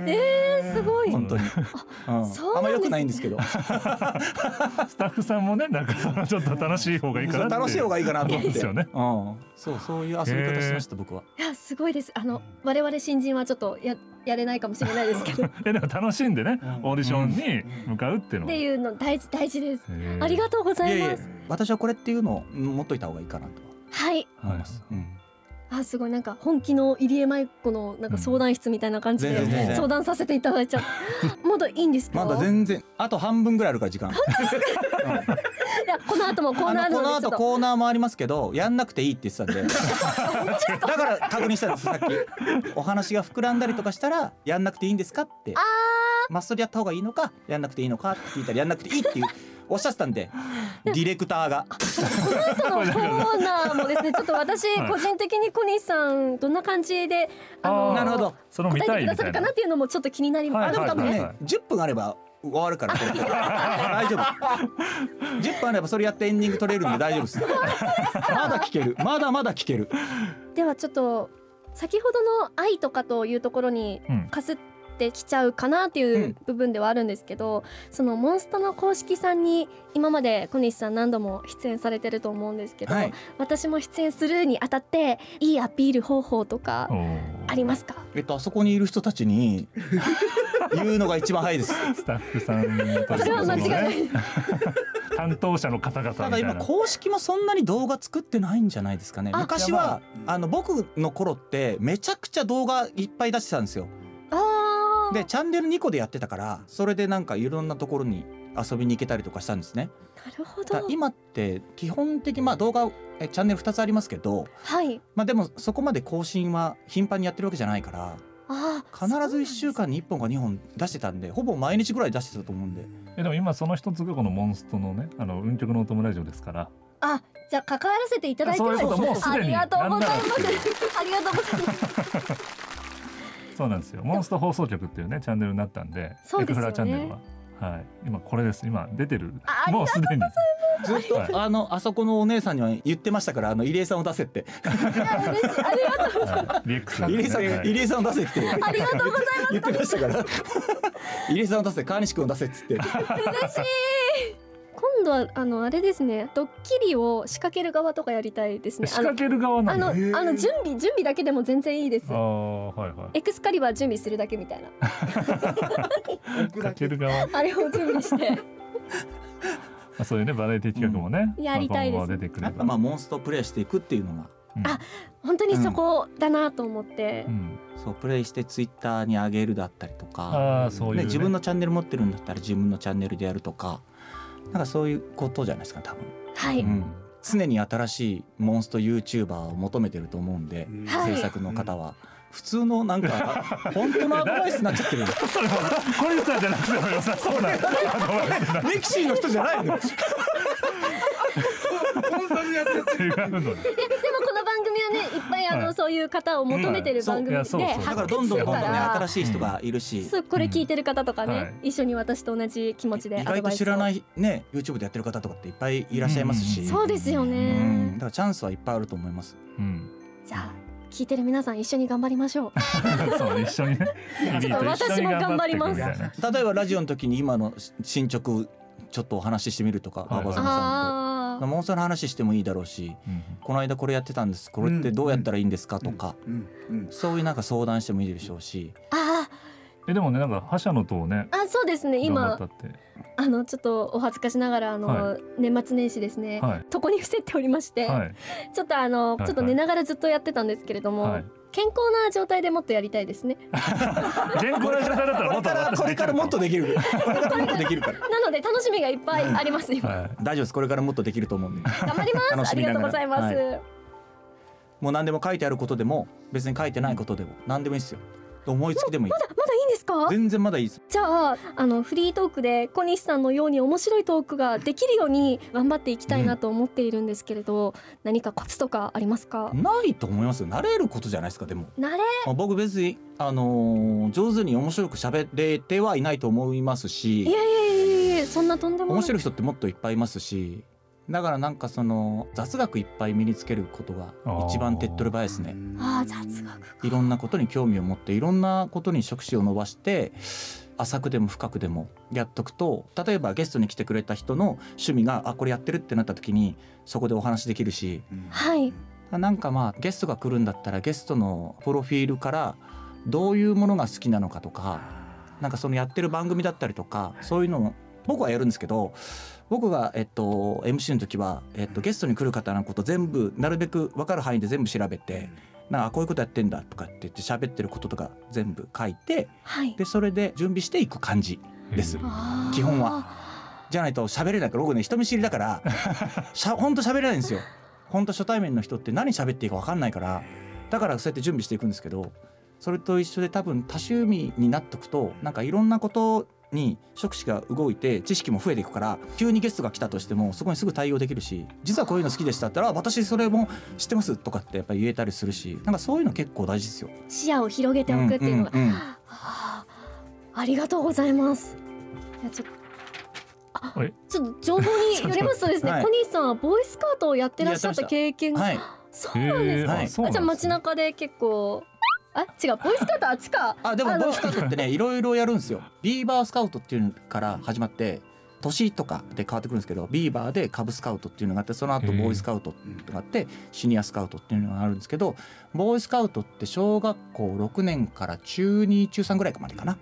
S5: えー、すごい
S1: うん
S3: 本当に、うん
S5: そうなんですね
S3: あんま良くないんですけど
S1: スタッフさんもねなんかそのちょっと楽しい方がいいかなってう。
S3: 楽しい方がいいかなと思って
S1: ですよね
S3: うん、そうそういう遊び方してました僕はい
S5: やすごいですあの我々新人はちょっとややれないかもしれないですけ
S3: (laughs)
S5: どっ
S1: えでも楽しんでね
S7: うん
S1: オーディションに向かうっていうのは。
S5: ていうの大事大事です
S1: へー
S5: ありがとうございます
S3: 私はこれっていうのを持っといた方がいいかなとは
S5: はい
S3: 思います、うん
S5: あすごいなんか本気の入江舞子のなんか相談室みたいな感じ
S3: 全然
S5: で
S3: 全然
S5: 相談させていただいちゃうまだいいんですか
S3: まだ全然あと半分ぐらいあるから時間
S5: いやこの後もコーナーあ
S3: あ
S5: る
S3: のこの
S5: のでちょ
S3: 後
S5: っと
S3: コーナーもありますけどやんなくていいって言ってたんでだから確認したんですさっきお話が膨らんだりとかしたらやんなくていいんですかってまっそりやった方がいいのかやんなくていいのかって聞いたらやんなくていいっていうおっしゃってたんでディレクターが
S5: この後のコーナーもですねちょっと私
S1: はい
S5: 個人的に小西さんどんな感じであ
S1: あ
S5: の
S1: ー
S3: なるほど
S1: その見
S5: 答
S1: た
S5: え
S1: い
S5: てくだ
S1: み
S5: さ
S1: たい
S5: るか
S1: な
S5: なっ。ていうのもちょっと気になり
S1: は
S5: ま
S1: い
S5: す
S3: あでも多分
S1: はい
S3: ね、
S1: はい
S3: 10分あれば終わるからこれ (laughs) 大丈夫10分あればそれやってエンディング取れるんで大丈夫ですまだ聞けるまだまだ聞ける
S5: ではちょっと先ほどの愛とかというところに
S1: うん
S5: かすってきちゃうかなっていううん部分ではあるんですけど、そのモンストの公式さんに今まで小西さん何度も出演されてると思うんですけど、
S3: はい
S5: 私も出演するにあたっていいアピール方法とか
S1: お
S5: ありますか、
S3: えっとあそこにいる人たちに言うのが一番早いです
S1: スタッフさんとか
S5: それは間違いない
S1: そのね担当者の方々みた
S3: た
S1: い
S3: だ
S1: な。
S3: 今公式もそんなに動画作ってないんじゃないですかね
S5: あ
S3: 昔はあの僕の頃ってめちゃくちゃ動画いっぱい出してたんですよ
S5: あー
S3: でチャンネル2個でやってたからそれでなんかいろんなところに遊びに行けたりとかしたんですね
S5: なるほ
S3: ただ
S5: ど
S3: 今って基本的にまあ動画えチャンネル2つありますけど、
S5: はい
S3: まあ、でもそこまで更新は頻繁にやってるわけじゃないから
S5: あー
S3: 必ず1週間に1本か2本出してたんでほぼ毎日ぐらい出してたと思うんで
S1: えでも今その一つがこのモンストのねあの運極のお友ラジオですから
S5: あじゃあ関わらせていただいてるんですね
S1: そういうこともうすでに
S5: ありがとうございます
S1: なんならやっ
S5: ありがとうございます
S1: そうなんですよ。モンスト放送局っていうねチャンネルになったんで、
S5: そうですよね
S1: エクフラチャンネルは。はい、今これです。今出てる
S5: あ。ありがとう
S1: もうすでに。
S3: ずっ
S1: はい
S3: とあのあそこのお姉さんには言ってましたからあの入江さんを出せって
S1: はい、DX
S3: 入江さん
S1: はい
S3: 入江さんを出せって (laughs) ありがとうございます言ってましたから入江さんを出せ川西君を出せっつって
S5: 今度はあのあれですねドッキリを仕掛ける側とかやりたいですね
S1: 仕
S5: あの
S1: 掛ける側な
S5: あの
S1: の。
S5: あ
S7: へー
S5: の準備準備だけでも全然いいです
S1: ああはいはい。
S5: エクスカリバー準備するだけみたいな
S1: 仕掛ける側。ま
S5: あれを準備して
S1: (laughs) あそういうねバラエティ企画もね。
S5: うんやりたいです
S1: まあ今後は出てく
S3: や
S1: れ
S3: っ
S1: ば。
S3: ぱまあモンストプレイしていくっていうのが
S1: うん
S5: あ本当にそこだなと思って
S1: う、ん。
S3: そうプレイしてツイッターに上げるだったりとか
S1: ああそういう、
S3: ね
S1: ね。
S3: 自分のチャンネル持ってるんだったら自分のチャンネルでやるとかなんかそういうことじゃないですか多分、
S5: はい、
S1: ん
S3: 常に新しいモンスト YouTuber を求めてると思うんで、
S7: うん
S5: はい
S3: 制作の方は、普通のなんか本当のアドバイスになっちゃってる
S1: それもこいつらじゃなくても良さそうな。あの
S3: ミキシーの人じゃないの
S7: 本当にやっちゃってる
S1: 違うのに。
S5: ででもこの番組はね
S1: (laughs)
S5: いっぱいあの、
S1: はい
S5: そういう方を求めてる番組で
S1: うんそういやそうそう
S3: だから
S5: 発
S3: ど
S5: 掘
S3: ん
S5: す
S3: どん
S5: る
S3: どんど
S5: か
S3: んね
S5: ら
S3: 新しい人がいるし、
S5: そうこれ聞いてる方とかね、
S1: うんはい
S5: 一緒に私と同じ気持ちで
S3: 意
S5: アド
S3: 外と
S5: バイス
S3: 知
S5: を
S3: らないね YouTube でやってる方とかっていっぱいいらっしゃいますし、
S1: う
S3: うんん、
S5: そうですよね、
S3: だからチャンスはいっぱいあると思います。
S1: うん。
S5: じゃあ聞いてる皆さん一緒に頑張りましょう
S1: そう一緒にね。リリーと一
S5: (laughs)
S1: 緒にっていくみたいな
S7: 私も頑張ります
S3: 例えばラジオの時に今の進捗をちょっとお話ししてみるとか、
S1: はい
S3: 馬場園 (laughs) さん
S5: あ
S3: とモンストの話してもいいだろうし
S1: うん
S3: この間これやってたんですこれってどうやったらいいんですかとか、
S7: うんうん
S3: そういうなんか相談してもいいでしょうし、
S5: ーあ
S1: えでもねなんか覇者の塔をね。
S5: ーあそうですね
S1: 頑張
S5: 今
S1: ったって。
S5: あのちょっとお恥ずかしながらあの、
S1: は
S5: 年末年始ですね、
S1: はい
S5: 床に伏せっておりまして、
S1: はい
S5: ちょっとあの、
S1: はい
S5: ちょっと寝ながらずっとやってたんですけれども、
S1: はい。
S5: 健康な状態でもっとやりたいですね
S1: 健康な状態だったらもっと
S3: これからもっとできるこれからもっとできるから
S5: なので楽しみがいっぱいあります今、
S1: はい。
S3: 大丈夫ですこれからもっとできると思うんで
S5: 頑張りま
S3: 楽
S5: すあ
S3: し
S5: り
S3: み
S5: が
S3: な
S5: とう
S3: が
S5: ご
S3: ら
S5: ざいます、
S3: もう何でも書いてあることでも別に書いてないことでも何でもいいですよ思いつきでもいい
S5: まだまだいいんですか
S3: 全然まだいいです
S5: じゃああのフリートークで小西さんのように面白いトークができるように頑張っていきたいなと思っているんですけれど、何かコツとかありますか、
S3: ないと思いますよ慣れることじゃないですかでも
S5: 慣れ
S3: まあ僕別にあのー上手に面白く喋れてはいないと思います
S5: い
S3: し
S5: やいやいやいやいやそんなとんでもない
S3: 面白い人ってもっといっぱいいますしだからなんかその雑学いっぱい身につけることが一番手っ取り早いですね
S5: ああ雑学
S3: いろんなことに興味を持っていろんなことに触手を伸ばして浅くでも深くでもやっとくと例えばゲストに来てくれた人の趣味があこれやってるってなった時にそこでお話できるし
S7: うん
S5: はい
S3: なんかまあゲストが来るんだったらゲストのプロフィールからどういうものが好きなのかとかなんかそのやってる番組だったりとかそういうのを僕はやるんですけど僕が、えっと、MC の時は、えっと、ゲストに来る方のこと全部なるべく分かる範囲で全部調べてなんかあこういうことやってんだとかって言って喋ってることとか全部書いて
S5: はい
S3: でそれで準備していく感じです。
S5: あー
S3: 基本はじゃないと喋れないから僕ね人見知りだからしゃほんと喋れないんですよ。ほんと初対面の人って何喋っていいか分かんないからだからそうやって準備していくんですけどそれと一緒で多分多趣味になっとくとなんかいろんなことに触手が動いて知識も増えていくから急にゲストが来たとしてもそこにすぐ対応できるし実はこういうの好きでしたって言ったらあ私それも知ってますとかってやっぱり言えたりするしなんかそういうの結構大事ですよ。
S5: 視野を広げておくっていうのが、
S3: うんうんうん
S5: あーありがとうございますいやちょっとあ
S1: あれ
S5: ちょっと情報によりますとですね、
S3: はい
S5: 小西さんはボーイスカートをやってらっしゃった経験が、
S3: はい
S5: そうなんですか、
S3: はい
S1: そうな
S5: あ
S1: んですね
S5: じゃあ街中で結構あ違うボーイスカートあっちか
S3: あでも
S5: の
S3: ボーイスカウトって (laughs) ねいろいろやるんですよビーバースカウトっていうのから始まって年とかで変わってくるんですけどビーバーでカブスカウトっていうのがあってその後
S1: へー
S3: ボーイスカウトとかあってシニアスカウトっていうのがあるんですけどボーイスカウトって小学校6年から中2中3ぐらいまでかな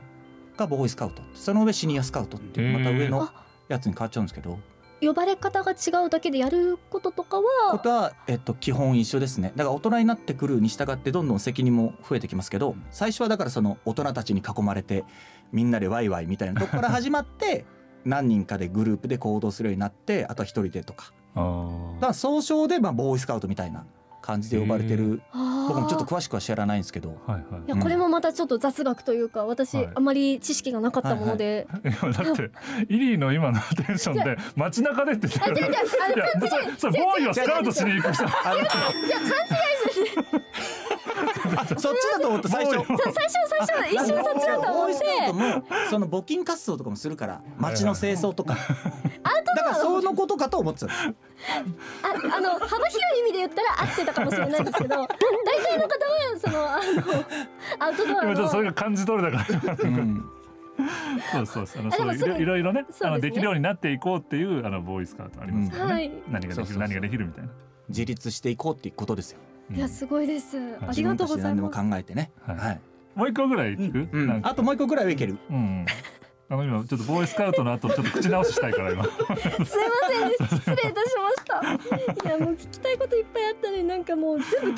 S3: がボーイスカウトその上シニアスカウトっていうまた上のやつに変わっちゃうんですけど
S5: 呼ばれ方が違うだけでやることとかは
S3: ことは、えっと、基本一緒ですねだから大人になってくるに従ってどんどん責任も増えてきますけど最初はだからその大人たちに囲まれてみんなでワイワイみたいなとこから始まって (laughs) 何人かでグループで行動するようになってあとは一人でとか
S1: あ
S3: だから総称でまあボーイスカウトみたいな感じで呼ばれてる
S5: あ
S3: 僕もちょっと詳しくは知らないんですけ (laughs) ど
S1: はいはい
S5: いやこれもまたちょっと雑学というか私、
S1: はい
S5: あまり知識がなかったもので、
S1: いやだってイリーの今のテンシ
S5: (laughs)
S1: ョンで街中でって言ってるい
S5: あ違う違うあの
S1: やそれそれボーイをスカウトしに行
S5: (laughs)
S1: く人
S3: あそっちだと思った最初
S1: もう
S5: そう最初最初一瞬そっちだと思って
S3: もその募金活動とかもするから街の清掃と (laughs) かだからそのことかと思ってた
S5: ああの幅広い意味で言ったら合ってたかもしれないです
S1: (laughs)
S5: けど大体の方はそのあのアウトドア
S1: 今ちょっとそれ
S5: の
S1: が感じ取れたから
S3: うん
S1: そうそうそうあの
S5: あで
S1: そ
S5: も
S1: うい
S5: それ
S1: ういろいろね
S5: そうですね
S1: あのできるようになっていこうっていうあのボーイスカウトありますからね、
S5: はい
S1: 何がで
S3: そう
S1: き
S3: そ
S1: る
S3: うそう
S1: 何ができるみたいな、
S3: 自立していこうっていうことですよ
S1: うん
S5: いやすごいです、
S1: い
S5: ありがとうございま
S3: 自分た
S5: す
S3: ちで何でも考えてね
S1: はい
S3: はい
S1: もう一個ぐらい聞く、
S3: うん
S1: なんか
S3: あともう一個ぐらいはいける
S1: うんあの今ちょっとボーイスカウトの後ちょっと口直ししたいから今
S5: すいませんでした失礼いたしま
S1: (laughs)
S5: したいやもう聞きたいこといっぱいあったのになんかもう全部飛んで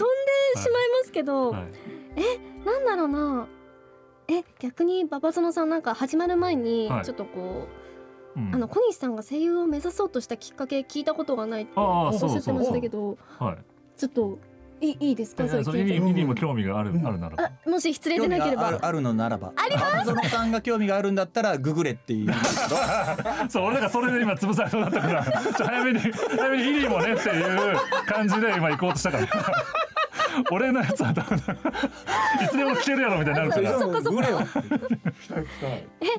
S5: しまいますけど、
S1: はい
S5: なんだろうなえ逆に馬場園さんなんか始まる前に
S1: はい
S5: ちょっとこ
S1: う
S5: う、
S1: ん
S5: あの小西さんが声優を目指そうとしたきっかけ聞いたことがないって
S1: あ
S5: お
S1: あ
S5: っし
S1: そう
S5: ゃってましたけど
S1: はい
S5: ちょっといいいいですか
S1: え
S5: それ
S1: それ
S5: 聞
S1: 意
S5: い
S1: 味
S5: て
S1: 意味も興味がある、
S7: うん
S1: あるなら
S5: あもし失礼でなければ
S3: 興味があるあるのならばありますさんが興味があるんだったらググれっ
S5: (laughs)
S3: ていう
S1: (laughs) そう俺だからそれで今潰されそうだったからちょっと早めに早めにイリーもねっていう感じで今行こうとしたから (laughs) 俺のやつは多分いつでも聞けるやろみたいになるから
S5: そっかそっか
S3: ググれよ
S7: 期待期待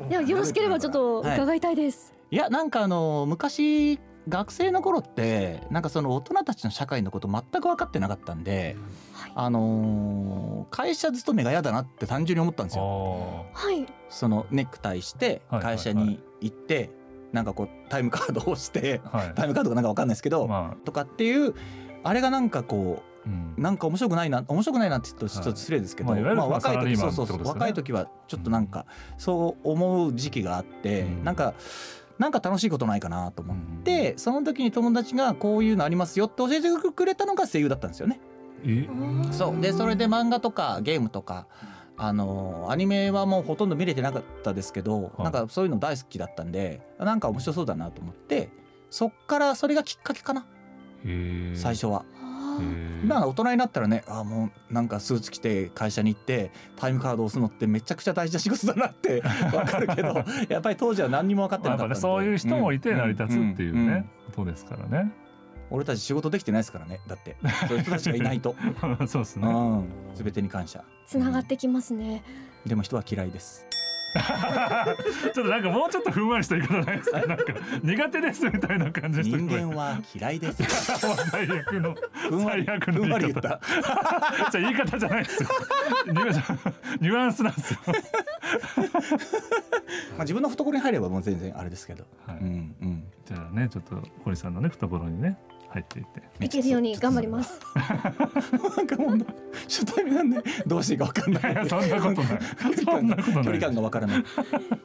S5: えでもよろしければちょっと伺いたいです、
S3: いやなんかあの昔学生の頃ってなんかその大人たちの社会のこと全く分かってなかったんで、
S5: はい
S3: あのー会社勤めが嫌だなって単純に思ったんですよ。
S1: あ
S5: はい、
S3: そのネクタイして
S1: はいはいはい
S3: 会社に行って、なんかこうタイムカードをして
S1: あはい
S3: タイムカードがなんか分かんないですけど、
S1: ま
S3: とかっていうあれがなんかこ
S1: あ、うん
S3: う、なんか面白くないな面白くないなって言うとちょっと失礼ですけど、
S1: はいまあいわゆる
S3: 若い
S1: サラリ
S3: 時
S1: ーマ
S3: そ
S1: ン
S3: うそう
S1: ってこと
S3: そう
S1: ですよね
S3: 若い時はちょっとなんかそう思う時期があって、
S1: うん
S3: なんかなんか楽しいことないかなと思って。
S1: うん
S3: でその時に友達がこういうのありますよって教えてくれたのが声優だったんですよね。
S1: え
S3: そうでそれで漫画とかゲームとかあのアニメはもうほとんど見れてなかったですけど、
S1: はい
S3: なんかそういうの大好きだったんでなんか面白そうだなと思ってそっからそれがきっかけかな
S1: へえ
S3: 最初は。
S5: あ
S1: へ
S5: ー
S1: え
S3: だから大人になったらねあーもうなんかスーツ着て会社に行ってタイムカードを押すのってめちゃくちゃ大事な仕事だなって
S1: (laughs)
S3: わかるけどやっぱり当時は何にも分かって
S1: まあや
S3: な
S1: っ
S3: か
S1: ぱ
S3: ったん
S1: ねそ
S3: で
S1: ういう人もいて成り立つっていうね、
S3: んんん
S1: ことですからね (laughs)
S3: 俺たち仕事できてないですからねだってそういう人たちがいないと、
S1: そうです
S3: う
S1: ね
S3: ん、全てに感謝
S5: つながってきますね
S3: でも人は嫌いです
S1: ちょっとなんかもうちょっとふんわりした言い方ないですかなんか苦手ですみたいな感じで
S3: 人
S1: して
S3: 間は嫌いです
S1: (laughs) 最悪の
S3: ふんわり
S1: 最悪の
S3: ふんわ
S1: 言
S3: り
S1: い
S3: 言っ
S1: 方
S3: た
S1: (laughs) じゃ言い方じゃないですよニュアニュアンスなんですよ、
S3: まあ自分の懐に入ればもう全然あれですけど、
S1: は
S3: う
S1: い、
S3: んうん
S1: じゃあねちょっと堀さんのね懐にね入っていって
S5: いけるように頑張ります
S1: (laughs)
S3: なんかもう初対面なんでどうしていいか分かんない
S1: いやそんなこと
S3: (laughs)
S1: ないそんなことない
S3: 距離感が分からない、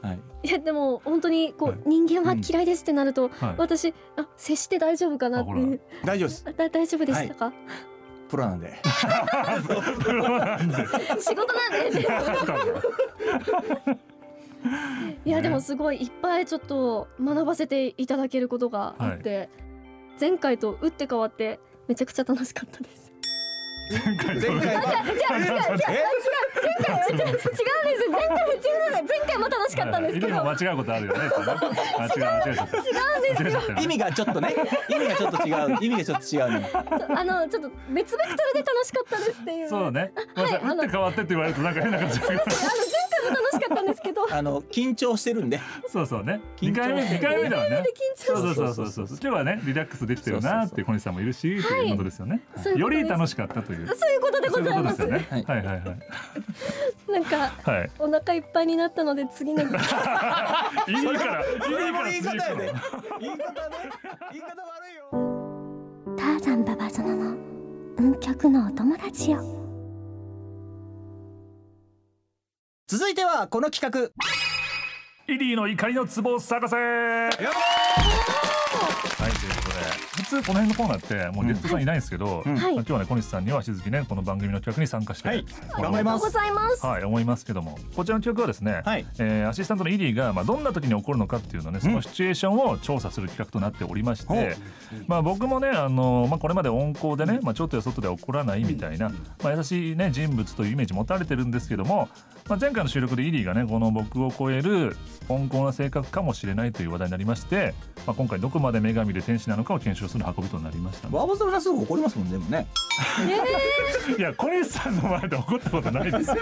S3: はい、
S5: いやでも本当にこ
S1: はいう
S5: 人間は嫌いですってなると
S1: はい
S5: 私あ接して大丈夫かなっ
S1: あほら
S5: て
S3: 大丈夫です
S5: あだ大丈夫でしたか、
S3: プロなんで
S1: プ (laughs) ロなんで
S5: 仕事なんで、いやでもすごいいっぱいちょっと学ばせていただけることがあって、前回と打って変わってめちゃくちゃ楽しかったです
S1: 前回
S3: 前回は
S5: 違うんです前回違う前回も楽しかったんですけど
S1: も間違うことあるよねこれね間違う間違えちゃった違うんですよ
S5: (laughs)
S3: 意味がちょっとね意味がちょっと違う意味がちょっと違うね
S5: あのちょっと別ベクトルで楽しかったですっていう
S1: そうね。ま
S5: はい
S1: あ、打って変わってって言われるとなんか変な感じ。
S5: あの前回も楽しかったんですけど
S3: あの緊張してるんで
S1: そうそうね。
S3: 緊張
S1: 二回目二回目だわね。
S5: 緊
S1: そ
S5: 張
S1: うそうそうそうそう。今日はねリラックスできてるなっていう小西さんもいるしということですよね。
S5: そういう
S1: よ
S5: ことです
S1: り楽しかったという。
S5: そういうことで
S1: そ
S5: ご
S1: ういう
S5: ざ
S1: こ
S5: い
S1: と
S5: ま
S1: ですすよね。は
S3: はいい
S1: はいはい。
S5: なんか
S1: はい。
S5: お腹いっぱいになったので次の
S1: いいからいい
S3: それ
S1: か
S3: も
S1: ら
S3: 言い
S1: 次行
S3: 方や
S1: こう
S3: ね言い方ね言い方悪いよ
S9: ターザンババゾノの運極のお友達よ
S3: 続いてはこの企画
S1: イリーの怒りの壺を探せ。はいということで
S3: 普
S1: 通この辺のコーナーってもうゲストさんいないんですけど、
S3: うん
S5: は
S1: まあ
S5: い
S1: 今。日はね小西さんには引き続きねこの番組の企画に参加して、
S3: はい
S1: あの
S3: 頑張り
S5: ありが
S3: ま
S5: とうご
S3: す
S5: ざいます。
S1: はい思いますけどもこちらの企画はですね、
S3: はい
S1: えーアシスタントのイリーが、まあ、どんな時に起こるのかっていうのをねそのシチュエーションを調査する企画となっておりまして、
S3: ほう
S1: まあ、僕もね、あのまあ、これまで温厚でね、まあ、ちょっとやそっとでは起こらないみたいな、まあ、優しい、ね、人物というイメージ持たれてるんですけども、まあ、前回の収録でイリーがねこの僕を超える温厚な性格かもしれないという話題になりまして、まあ、今回どこまで女神で天使なのかを検証する運びとなりました
S3: バーバさんがすぐ怒りますもんねでもね
S1: いや小西さんの前で怒ったことな
S5: (laughs)
S1: いですよ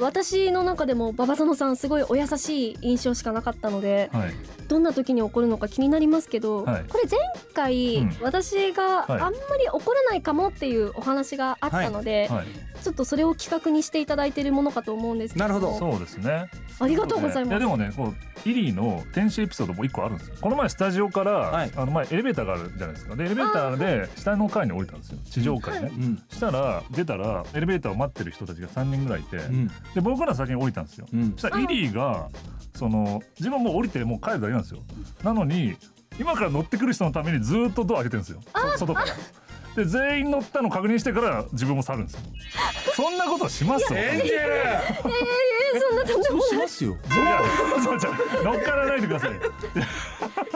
S5: 私の中でも馬場園さんすごいお優しい印象しかなかったので、
S1: はい
S5: どんな時に起こるのか気になりますけど、
S1: はい
S5: これ前回、
S1: うん
S5: 私が
S1: はい
S5: あんまり怒らないかもっていうお話があったので、
S1: はい
S5: ちょっとそれを企画にしていただいているものかと思うんですけど
S3: なるほど
S1: そうですね
S5: ありがとうござい
S1: いや
S5: ます
S1: でもねこうイリーの天使エピソードも一個あるんですよこの前スタジオから、
S3: はい
S1: あの前エレベーターがあるじゃないですかでエレベーターで下の階に降りたんですよ地上階ね、
S3: うん
S1: したら出たらエレベーターを待ってる人たちが3人ぐらいいて、
S3: うん
S1: で僕ら先に降りたんですよ、
S3: うん
S1: そしたらイリーがその自分はもう降りてもう帰るだけなんですよなのに今から乗ってくる人のためにずっとドア開けてるんですよそ外からで全員乗ったの確認してから自分も去るんですよそんなことします
S7: エンジェル
S5: えそんなとんでも
S3: し
S5: ない
S3: ますよ
S1: いやそうじゃ乗っからないでくださいよ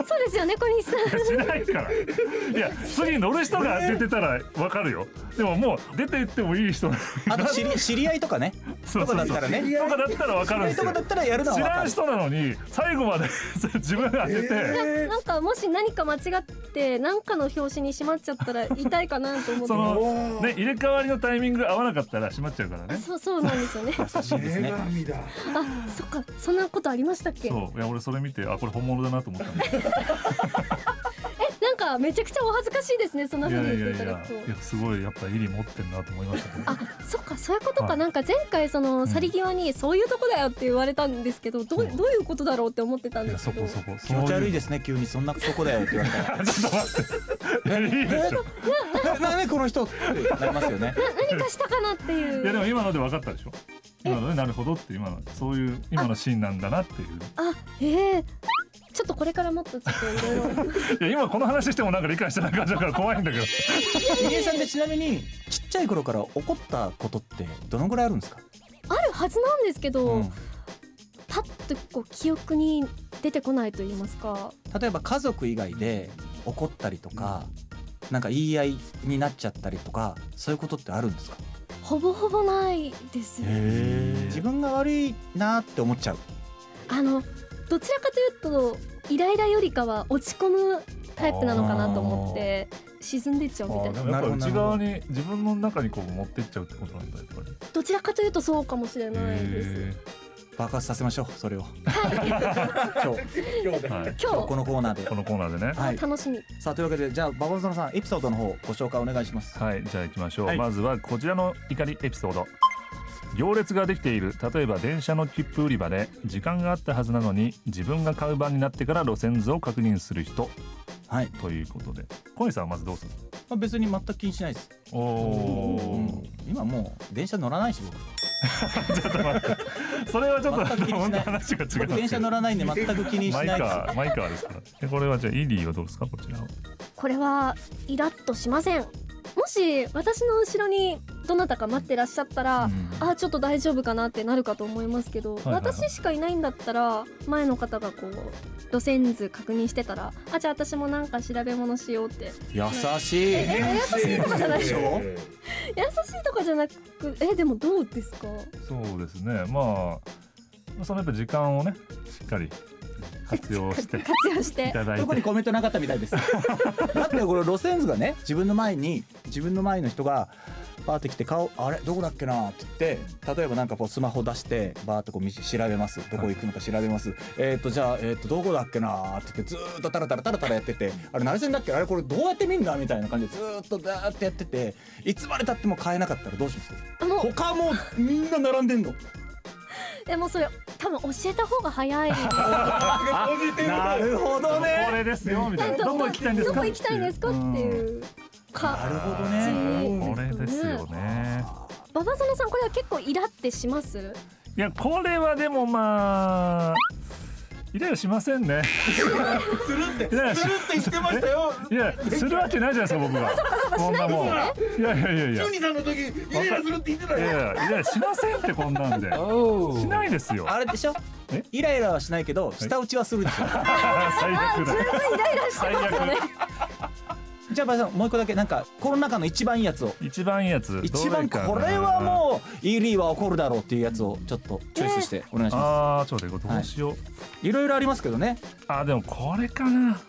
S5: そうですよね小西さん
S1: しないからいや次乗る人が出てたらわかるよでももう出て行ってもいい人なんで
S3: あと知り知り合いとかね
S1: そう
S3: とかだったらね
S1: とかだったらわかるんです
S3: と
S1: よ
S3: かだったらやるのは
S1: 知
S3: 分からる
S1: ん人なのに最後まで (laughs) 自分が開けて、
S5: なんかもし何か間違って何かの表紙にしまっちゃったら痛いかなと思って
S1: そのね入れ替わりのタイミングが合わなかったら閉まっちゃうからね
S5: そうそうなんですよねあ
S7: 女神だ
S5: そっかそんなことありましたっけ
S1: そういや俺それ見てあこれ本物だなと
S5: (laughs)
S1: 思ったんだけど
S5: なんかめちゃくちゃお恥ずかしいですねそんない風
S1: や
S5: に
S1: い
S5: 言
S1: や
S5: っ
S1: い
S5: てい
S1: や
S5: ただくと
S1: いやすごいやっぱイリ持ってんなと思いましたね
S5: あそっかそういうことか、
S1: はい
S5: なんか前回その去り際にそういうとこだよって言われたんですけどどう
S1: うん
S5: どういうことだろうって思ってたん
S1: い
S5: で
S1: や
S5: す
S1: そ
S5: けど
S1: こそこ
S3: 気持ち悪いですすね急にそんなとこだよって言われたら
S1: ちょっと待っていやいいでしょ
S3: ななねこの人ってなりますよね
S5: 何かしたかなっていう
S1: いやでも今ので分かったでしょ今のでなるほどって今のそういう今のシーンなんだなっていう
S5: あええちょっとこれからもっとちょっといろいろ
S1: いや今この話してもなんか理解してない感じだから怖いんだけど
S3: 入江さんってちなみにちっちゃい頃から怒ったことってどのぐらいあるんですか、
S5: あるはずなんですけど、
S3: うん
S5: パッとこう記憶に出てこないと言いますか
S3: 例えば家族以外で怒ったりとか、なんか言い合いになっちゃったりとかそういうことってあるんですか
S5: ほぼほぼないですね
S3: 自分が悪いなって思っちゃう
S5: あのどちらかというとイライラよりかは落ち込むタイプなのかなと思って沈んでっちゃうみたい
S1: あーで
S5: な
S1: もやっぱ内側に自分の中にこう持ってっちゃうってことなんだやっぱり
S5: どちらかというとそうかもしれないです
S1: へ
S3: 爆発させましょうそれを今日
S1: ーはい
S5: 今
S3: このコーナーで
S1: このコーナーでね
S3: はい
S5: 楽しみ
S3: さあというわけでじゃあ馬場園さんエピソードの方ご紹介お願いします
S1: はいじゃあ行きましょう、
S3: はい
S1: まずはこちらの怒りエピソード行列ができている例えば電車の切符売り場で時間があったはずなのに自分が買う番になってから路線図を確認する人
S3: はい、
S1: ということで小西さんはまずどうする
S3: まあ、別に全く気にしないです
S1: お
S3: うん今もう電車乗らないし僕
S1: それはちょっと
S3: 全く気にしない
S1: 話が違う
S3: 僕電車乗らないんで全く気にし
S1: マ
S3: な
S1: イ
S3: いです
S1: カーマイカーですからえこれはじゃあイリーはどうですかこちらは
S5: これはイラッとしませんもし私の後ろにどなたか待ってらっしゃったら、あーちょっと大丈夫かなってなるかと思いますけど、
S1: いはいはい
S5: 私しかいないんだったら前の方がこう路線図確認してたらあじゃあ私もなんか調べ物しようって
S3: 優しい
S5: ええ優しいとかじゃない
S3: でしょ
S5: 優しいとかじゃなくえでもどうですか
S1: そうですねまあそのやっぱ時間をねしっかり活用してい
S5: 活用して
S1: ただい
S3: 特に
S1: て
S3: コメントなかったみたい (laughs) ですだってこれ路線図がね自分の前に自分の前の人がバーって来て顔あれどこだっけなって言って例えばなんかこうスマホ出してバーってこう道調べますどこ行くのか調べます、えっ、とじゃあ、えー、とどこだっけなって言ってずーっとタラタラタラタラやっててあれ何線だっけあれこれどうやって見るんだみたいな感じでずーっとダーってやってていつまでたっても買えなかったらどうします
S5: あもう
S3: 他もうみんな並んでんの
S5: でもそれ多分教えた方が早い
S1: (laughs)
S3: なるほどね
S1: これですよみたいなどこ行きたいんです
S5: ど
S1: か
S5: こ行きたいんですかって
S1: う
S5: いう
S3: なる
S5: か
S3: ほど
S5: うん
S3: ね
S1: これですよね
S5: 馬場園さんこれは結構イラってします
S1: いやこれはでもまあイライラしませんね。
S3: するって
S1: いやいや
S3: するって言ってましたよ
S1: いやするわけないじゃないですか僕が。こんなもん。いやいやいやいや
S7: ジュ。ニーさんの時イライラするって言ってた
S1: いやい
S7: よ
S1: やいやしませんってこんなんで。しないですよ。
S3: あれでしょ
S1: え
S3: イライラはしないけど舌打ちはするでしょ
S1: 最悪だ。最悪。
S3: じゃあバイさんもう一個だけなんかこの中の一番いいやつを
S1: 一番いいやつ。
S3: 一
S1: どれ
S3: 番
S1: かな
S3: これはもうイリーは怒るだろうっていうやつをちょっとチョイスしてお願いしま
S1: ああちょっと待ってどうしよう。
S3: すいろいろありますけどね
S1: あでもこれかな。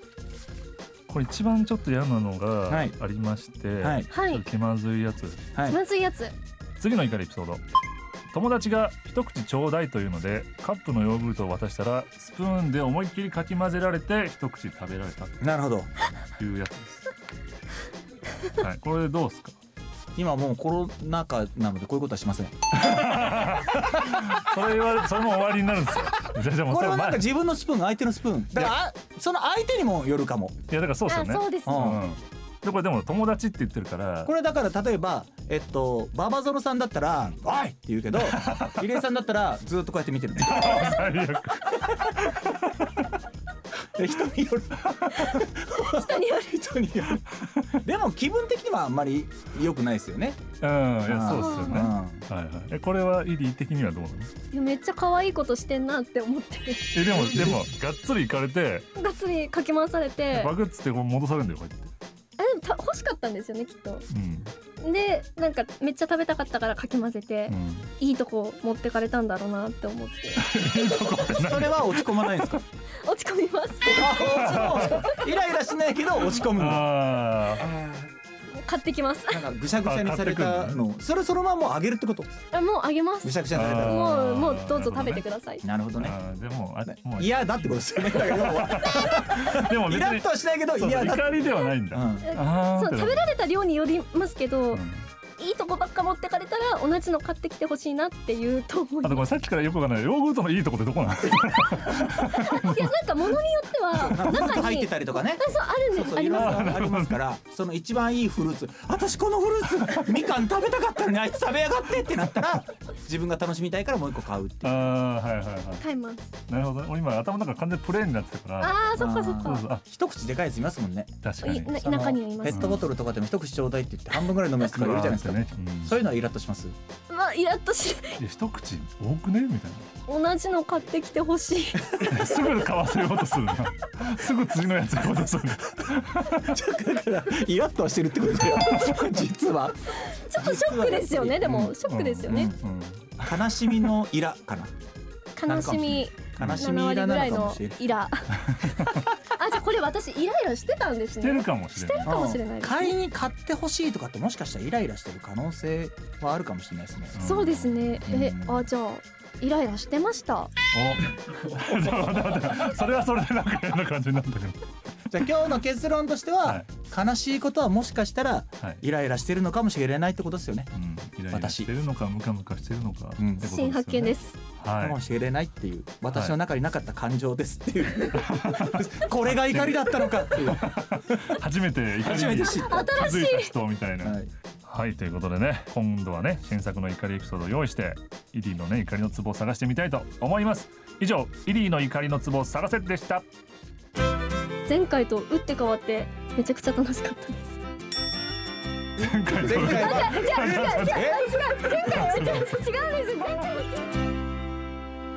S1: これ一番ちょっと嫌なのが
S3: はい
S1: ありまして、
S3: はい
S5: はい
S1: ちょっと気まずいやつ。
S3: はい
S5: まずいやつ
S1: 次の怒りエピソード友達が一口ちょうだいというのでカップのヨーグルトを渡したらスプーンで思いっきりかき混ぜられて一口食べられたと
S3: なるほど
S1: いうやつですはいこれでどうですか
S3: 今もうコロナ禍なのでこういうことはしません
S1: それ言われそれも終わりになるんですよじゃあじゃあもう
S3: こ
S1: そ
S3: れ
S1: れ
S3: はなんか
S1: 前い
S3: 自分のスプーン相手のスプーンだからあその相手にもよるかも
S1: やだからそうです
S5: あ
S1: よね
S5: そうですね
S3: うん
S1: うんでこれでも友達って言ってるから
S3: これだから例えばえっとババゾロさんだったら「おい!」って
S1: (laughs)
S3: 言うけど入江さんだったらずっとこうやって見てるんですよ
S1: 最悪
S3: で人による人による人によるでも気分的にはあんまり良くないですよね、
S1: うんいや
S3: あ
S1: そ
S3: ー
S1: うですよ
S3: う
S1: ね
S3: ん、
S1: はいはいえこれはイリー的にはどうなの
S5: いやめっちゃ可愛いことしてんなって思って
S1: えでもでもがっつりいかれて
S5: がっつりかき回されて
S1: バグっつってこう戻されるんだよこうやって
S5: あでもた欲しかったんですよねきっと
S1: うん
S5: でなんかめっちゃ食べたかったからかき混ぜて、
S1: うん
S5: いいとこ持ってかれたんだろうなって思って (laughs)
S3: それは落ち込まないんですか
S5: 落ち込みます
S3: あ落ち込む (laughs) イライラしないけど落ち込むの
S1: ああ
S5: 買ってきます
S3: なんかぐしゃぐしゃにされ
S1: あ買ったてく
S3: のそれそのままもうあげるってこと
S5: あもうあげます
S3: ぐしゃぐしゃにされた
S1: あ
S3: ら
S5: もうもうどうぞ食
S1: なるほどね
S5: べてください、
S3: なるほどね
S1: あーでもあれもう
S3: 嫌だってことです
S1: (laughs)
S3: よねだから要は
S1: でも別
S3: イラッ
S1: に
S3: とはしないけど
S1: そうそう
S3: 嫌だって
S1: 怒りではないんだ、
S3: うん
S1: あ
S5: そう
S1: ー
S5: 食べられた量によりますけど、
S1: うん
S5: いいとこばっか持ってかれたら同じの買ってきてほしいなっていうと思い
S1: あとこれさっきからよくわかんないヨーグルトのいいとこってどこなの
S5: いやなんか物によっては
S3: (laughs) なん
S5: 中
S3: か
S5: に
S3: 入ってたりとかね
S5: あそうあるんで
S3: そう
S5: す
S3: そう
S5: あります
S3: いろいろありますからその一番いいフルーツ私このフルーツみかん食べたかったのにあいつ食べやがってってなったら自分が楽しみたいからもう一個買うっていう
S1: あーはいはいは
S5: 買います
S1: いなるほどね俺今頭の中完全にプレーンになってたから
S5: あーそっかそっ
S1: そう
S5: か
S1: そうあ
S3: 一口でかいやついますもんね
S1: 確か
S5: い
S1: に
S5: な
S3: その
S5: 中にはいま
S3: ペ
S5: す
S3: ットボトルとかでも一口ちょうだいって言って半分ぐらい飲むやつとかいるじゃないですか、
S1: ね、うん
S3: そういうのはイラッとします
S5: まあイラッとし
S1: いや一口多くねみたい
S5: 同じの買ってきてほし
S3: (laughs)
S5: い
S1: な (laughs) すぐ買わせようとするな (laughs) すぐ次のやつ買おうとする
S3: だからイラッとはしてるってことだよ (laughs) 実は
S5: ちょっとショックですよねでもショックですよね、
S1: うんうん
S3: 悲しみのイラかな
S5: 悲しみ
S3: 悲し
S5: 7
S3: みイ
S5: 割
S3: ラ
S5: ぐら
S3: ないのかも
S5: の
S3: しれない
S5: イ
S3: (laughs)
S5: ラあじゃあこれ私イライラしてたんです
S1: してる
S5: ね
S1: かもしれない
S5: かもしれないですね
S3: 買いに買ってほしいとかってもしかしたらイライラしてる可能性はあるかもしれないですね
S5: そうですねえ
S3: うん
S5: あじゃあイライラしてました
S1: おちょっと待って待って (laughs) それはそれでなんか変な感じになったけど
S3: (laughs) じゃあ今日の結論としては、悲しいことはもしかしたら
S1: はい
S3: イライラしてるのかもしれないってことですよね、
S1: うん、イライラ
S3: 私
S1: してるのかムカムカしてるのか、
S3: うん
S1: ってこと
S5: 新
S1: よね
S5: 発見
S3: (laughs)
S5: です
S1: は
S3: かも
S1: い
S3: しれないっていう私の中になかった感情ですって (laughs) いう、これが怒りだったのかっていう
S1: 初めて怒り
S3: 初め
S1: に
S3: て
S1: 気
S3: 知った、
S1: づいた人みたいなは、
S3: はいい、
S1: ということでね今度はね新作の怒りエピソードを用意してイリーのね怒りのツボを探してみたいと思います以上イリーの怒りのツボを探せでした
S5: 前回と打って変わってめちゃくちゃ楽しかったです
S1: 前回
S3: 前回は
S5: (laughs) 違うんです前回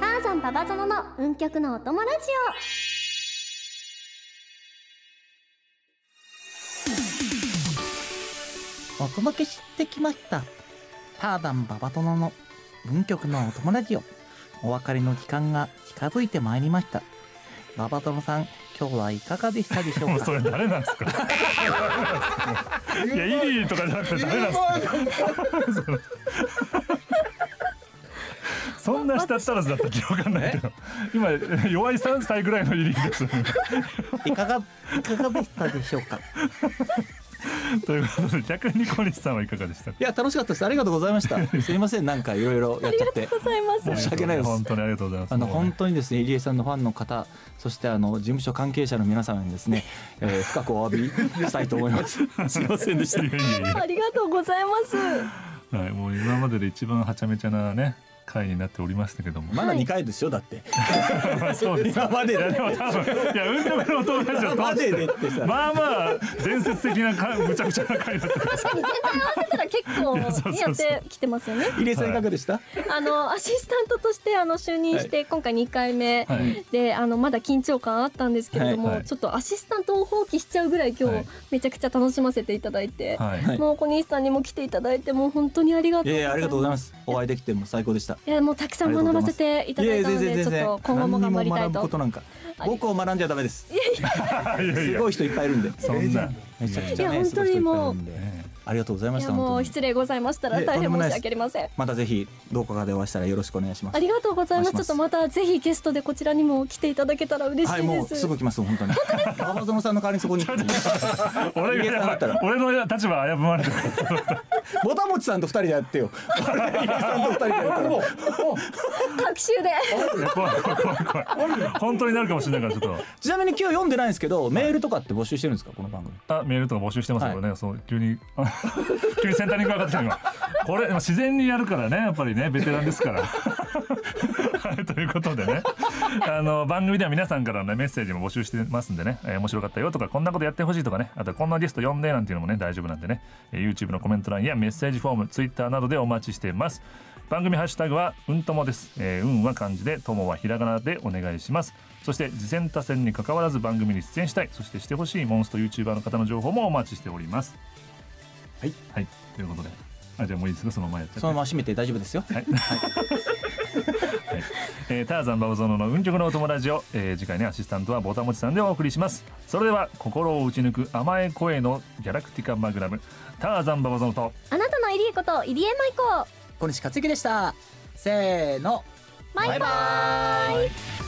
S9: ターザンババゾノの運極のお供ラジ
S3: お届けしてきましたターダンババ殿の文局のお友達よお別れの時間が近づいてまいりましたババ殿さん今日はいかがでしたで (laughs) しょ
S1: も
S3: う
S1: う
S3: か
S1: それ誰なんですか (laughs) いやイリーとかじゃなくて誰なんですかそんな舌ったらずだったっけわかんないけど今弱い3歳ぐらいのイリーです (laughs)
S3: いかがいかがでしたでしょうか
S1: ということで逆に小西さんはいかがでしたか
S3: いや楽しかったですありがとうございました (laughs) すいませんなんかいろいろやっちゃって
S5: ございます
S3: 申し訳ないです
S1: 本当にありがとうございます
S3: あの本当にですね入江さんのファンの方そしてあの事務所関係者の皆様にです (laughs) ね、えー深くお詫びしたいと思います (laughs) すいませんでした
S1: いやいやいや
S5: ありがとうございます
S1: はい、もう今までで一番はちゃめちゃなね回になっておりましたけども
S3: まだ2回ですよだって (laughs)
S1: そうです
S3: 今ま
S1: い
S3: で (laughs)
S1: やでも多分いや運動部の友達
S3: 今
S1: を
S3: ま
S1: 通し
S3: で
S1: て
S3: でってさ
S1: まあまあ伝説的なかむちゃくちゃな回だったけど
S5: 確かに全体合わせたら
S1: いや
S5: 結
S1: そうそう
S5: 構
S1: そ
S5: や
S1: う
S5: ってきてますよね。
S3: 入江さんいかがでした、
S5: あのアシスタントとしてあの就任して、今回2回目
S1: はい
S5: で、あのまだ緊張感あったんですけれども、
S1: はいはい
S5: ちょっとアシスタントを放棄しちゃうぐらい今日、
S1: はい
S5: めちゃくちゃ楽しませていただいて、
S1: はい
S5: もう小西さんにも来ていただいてもう本当にありがとう
S3: い
S5: ご
S3: や
S5: ざいます。
S3: いやありがとうございますお会いできても最高でした
S5: いやもうたくさん学ばせていただいたの
S3: いやい
S5: で
S3: や
S5: ちょ
S3: 全然全然
S5: っと今後も頑張りた
S3: 何
S5: い
S3: にも学ぶこと
S5: と。
S3: なんか
S5: あり
S3: 僕を学んじゃダメです
S1: いやい
S3: す
S1: や
S3: ごい人いっぱいいるんで
S1: そんな
S3: めちゃくちゃ
S5: いや
S3: ね
S5: 本
S3: す
S5: 当
S3: ごい
S5: に
S3: 人いっぱいい
S5: も
S3: る
S5: うん
S3: でありがとうございま
S5: い
S3: し
S5: や
S3: た
S5: も
S3: 本当
S5: う
S3: に
S5: 失礼ございました
S3: い
S5: ら
S3: や
S5: 大
S3: とんで
S5: 変
S3: もな
S5: 申し
S3: いです
S5: 訳ありません。
S3: またぜひどこかでお会いしたらよろしくお願いしま
S5: あ
S3: す
S5: りがとうございます。
S3: お
S5: ちょっ
S3: 願いします
S5: とまたぜひゲストでこちらにも来ていただけたら嬉しいです。
S3: はいもうすぐ来ます本当にババゾノさんの代わりにそこに
S1: 俺
S3: 入江さんだったら
S1: が俺の立場危ぶまれてる
S3: ぼたもちさんと二人でやってよ入江さんと二人でやるから
S5: 各週で。
S1: いや怖い怖い怖い怖い本当になるかもしれないからちょっ
S3: ちなみに今日読んでないんですけどメールとかって募集してるんですかこの番組
S1: とあメールとか募集してますけどね、そう急に (laughs) 急にセンタリング上がってきた今これまあ自然にやるからねやっぱりねベテランですからはい (laughs) ということでねあの番組では皆さんからの、ね、メッセージも募集してますんでね、えー面白かったよとかこんなことやってほしいとかねあとこんなゲスト呼んでなんていうのもね大丈夫なんでね、えー YouTube のコメント欄やメッセージフォーム Twitter などでお待ちしています番組ハッシュタグはうんともです、えー、うんは漢字でともはひらがなでお願いしますそして次戦他戦に関わらず番組に出演したいそしてしてほしいモンスト YouTuber の方の情報もお待ちしております
S3: はい、
S1: はい、ということであじゃあもういいですかその前やっちゃって
S3: そのまま閉めて大丈夫ですよ
S1: はい、えーターザンバオゾノの運極のお友達を、えー次回ねアシスタントはボタモチさんでお送りしますそれでは心を打ち抜く甘い声のギャラクティカマグナムターザンバオゾノと
S5: あなたの入江こと入江舞子。
S3: 小西克之でしたせーの
S5: バイバイ。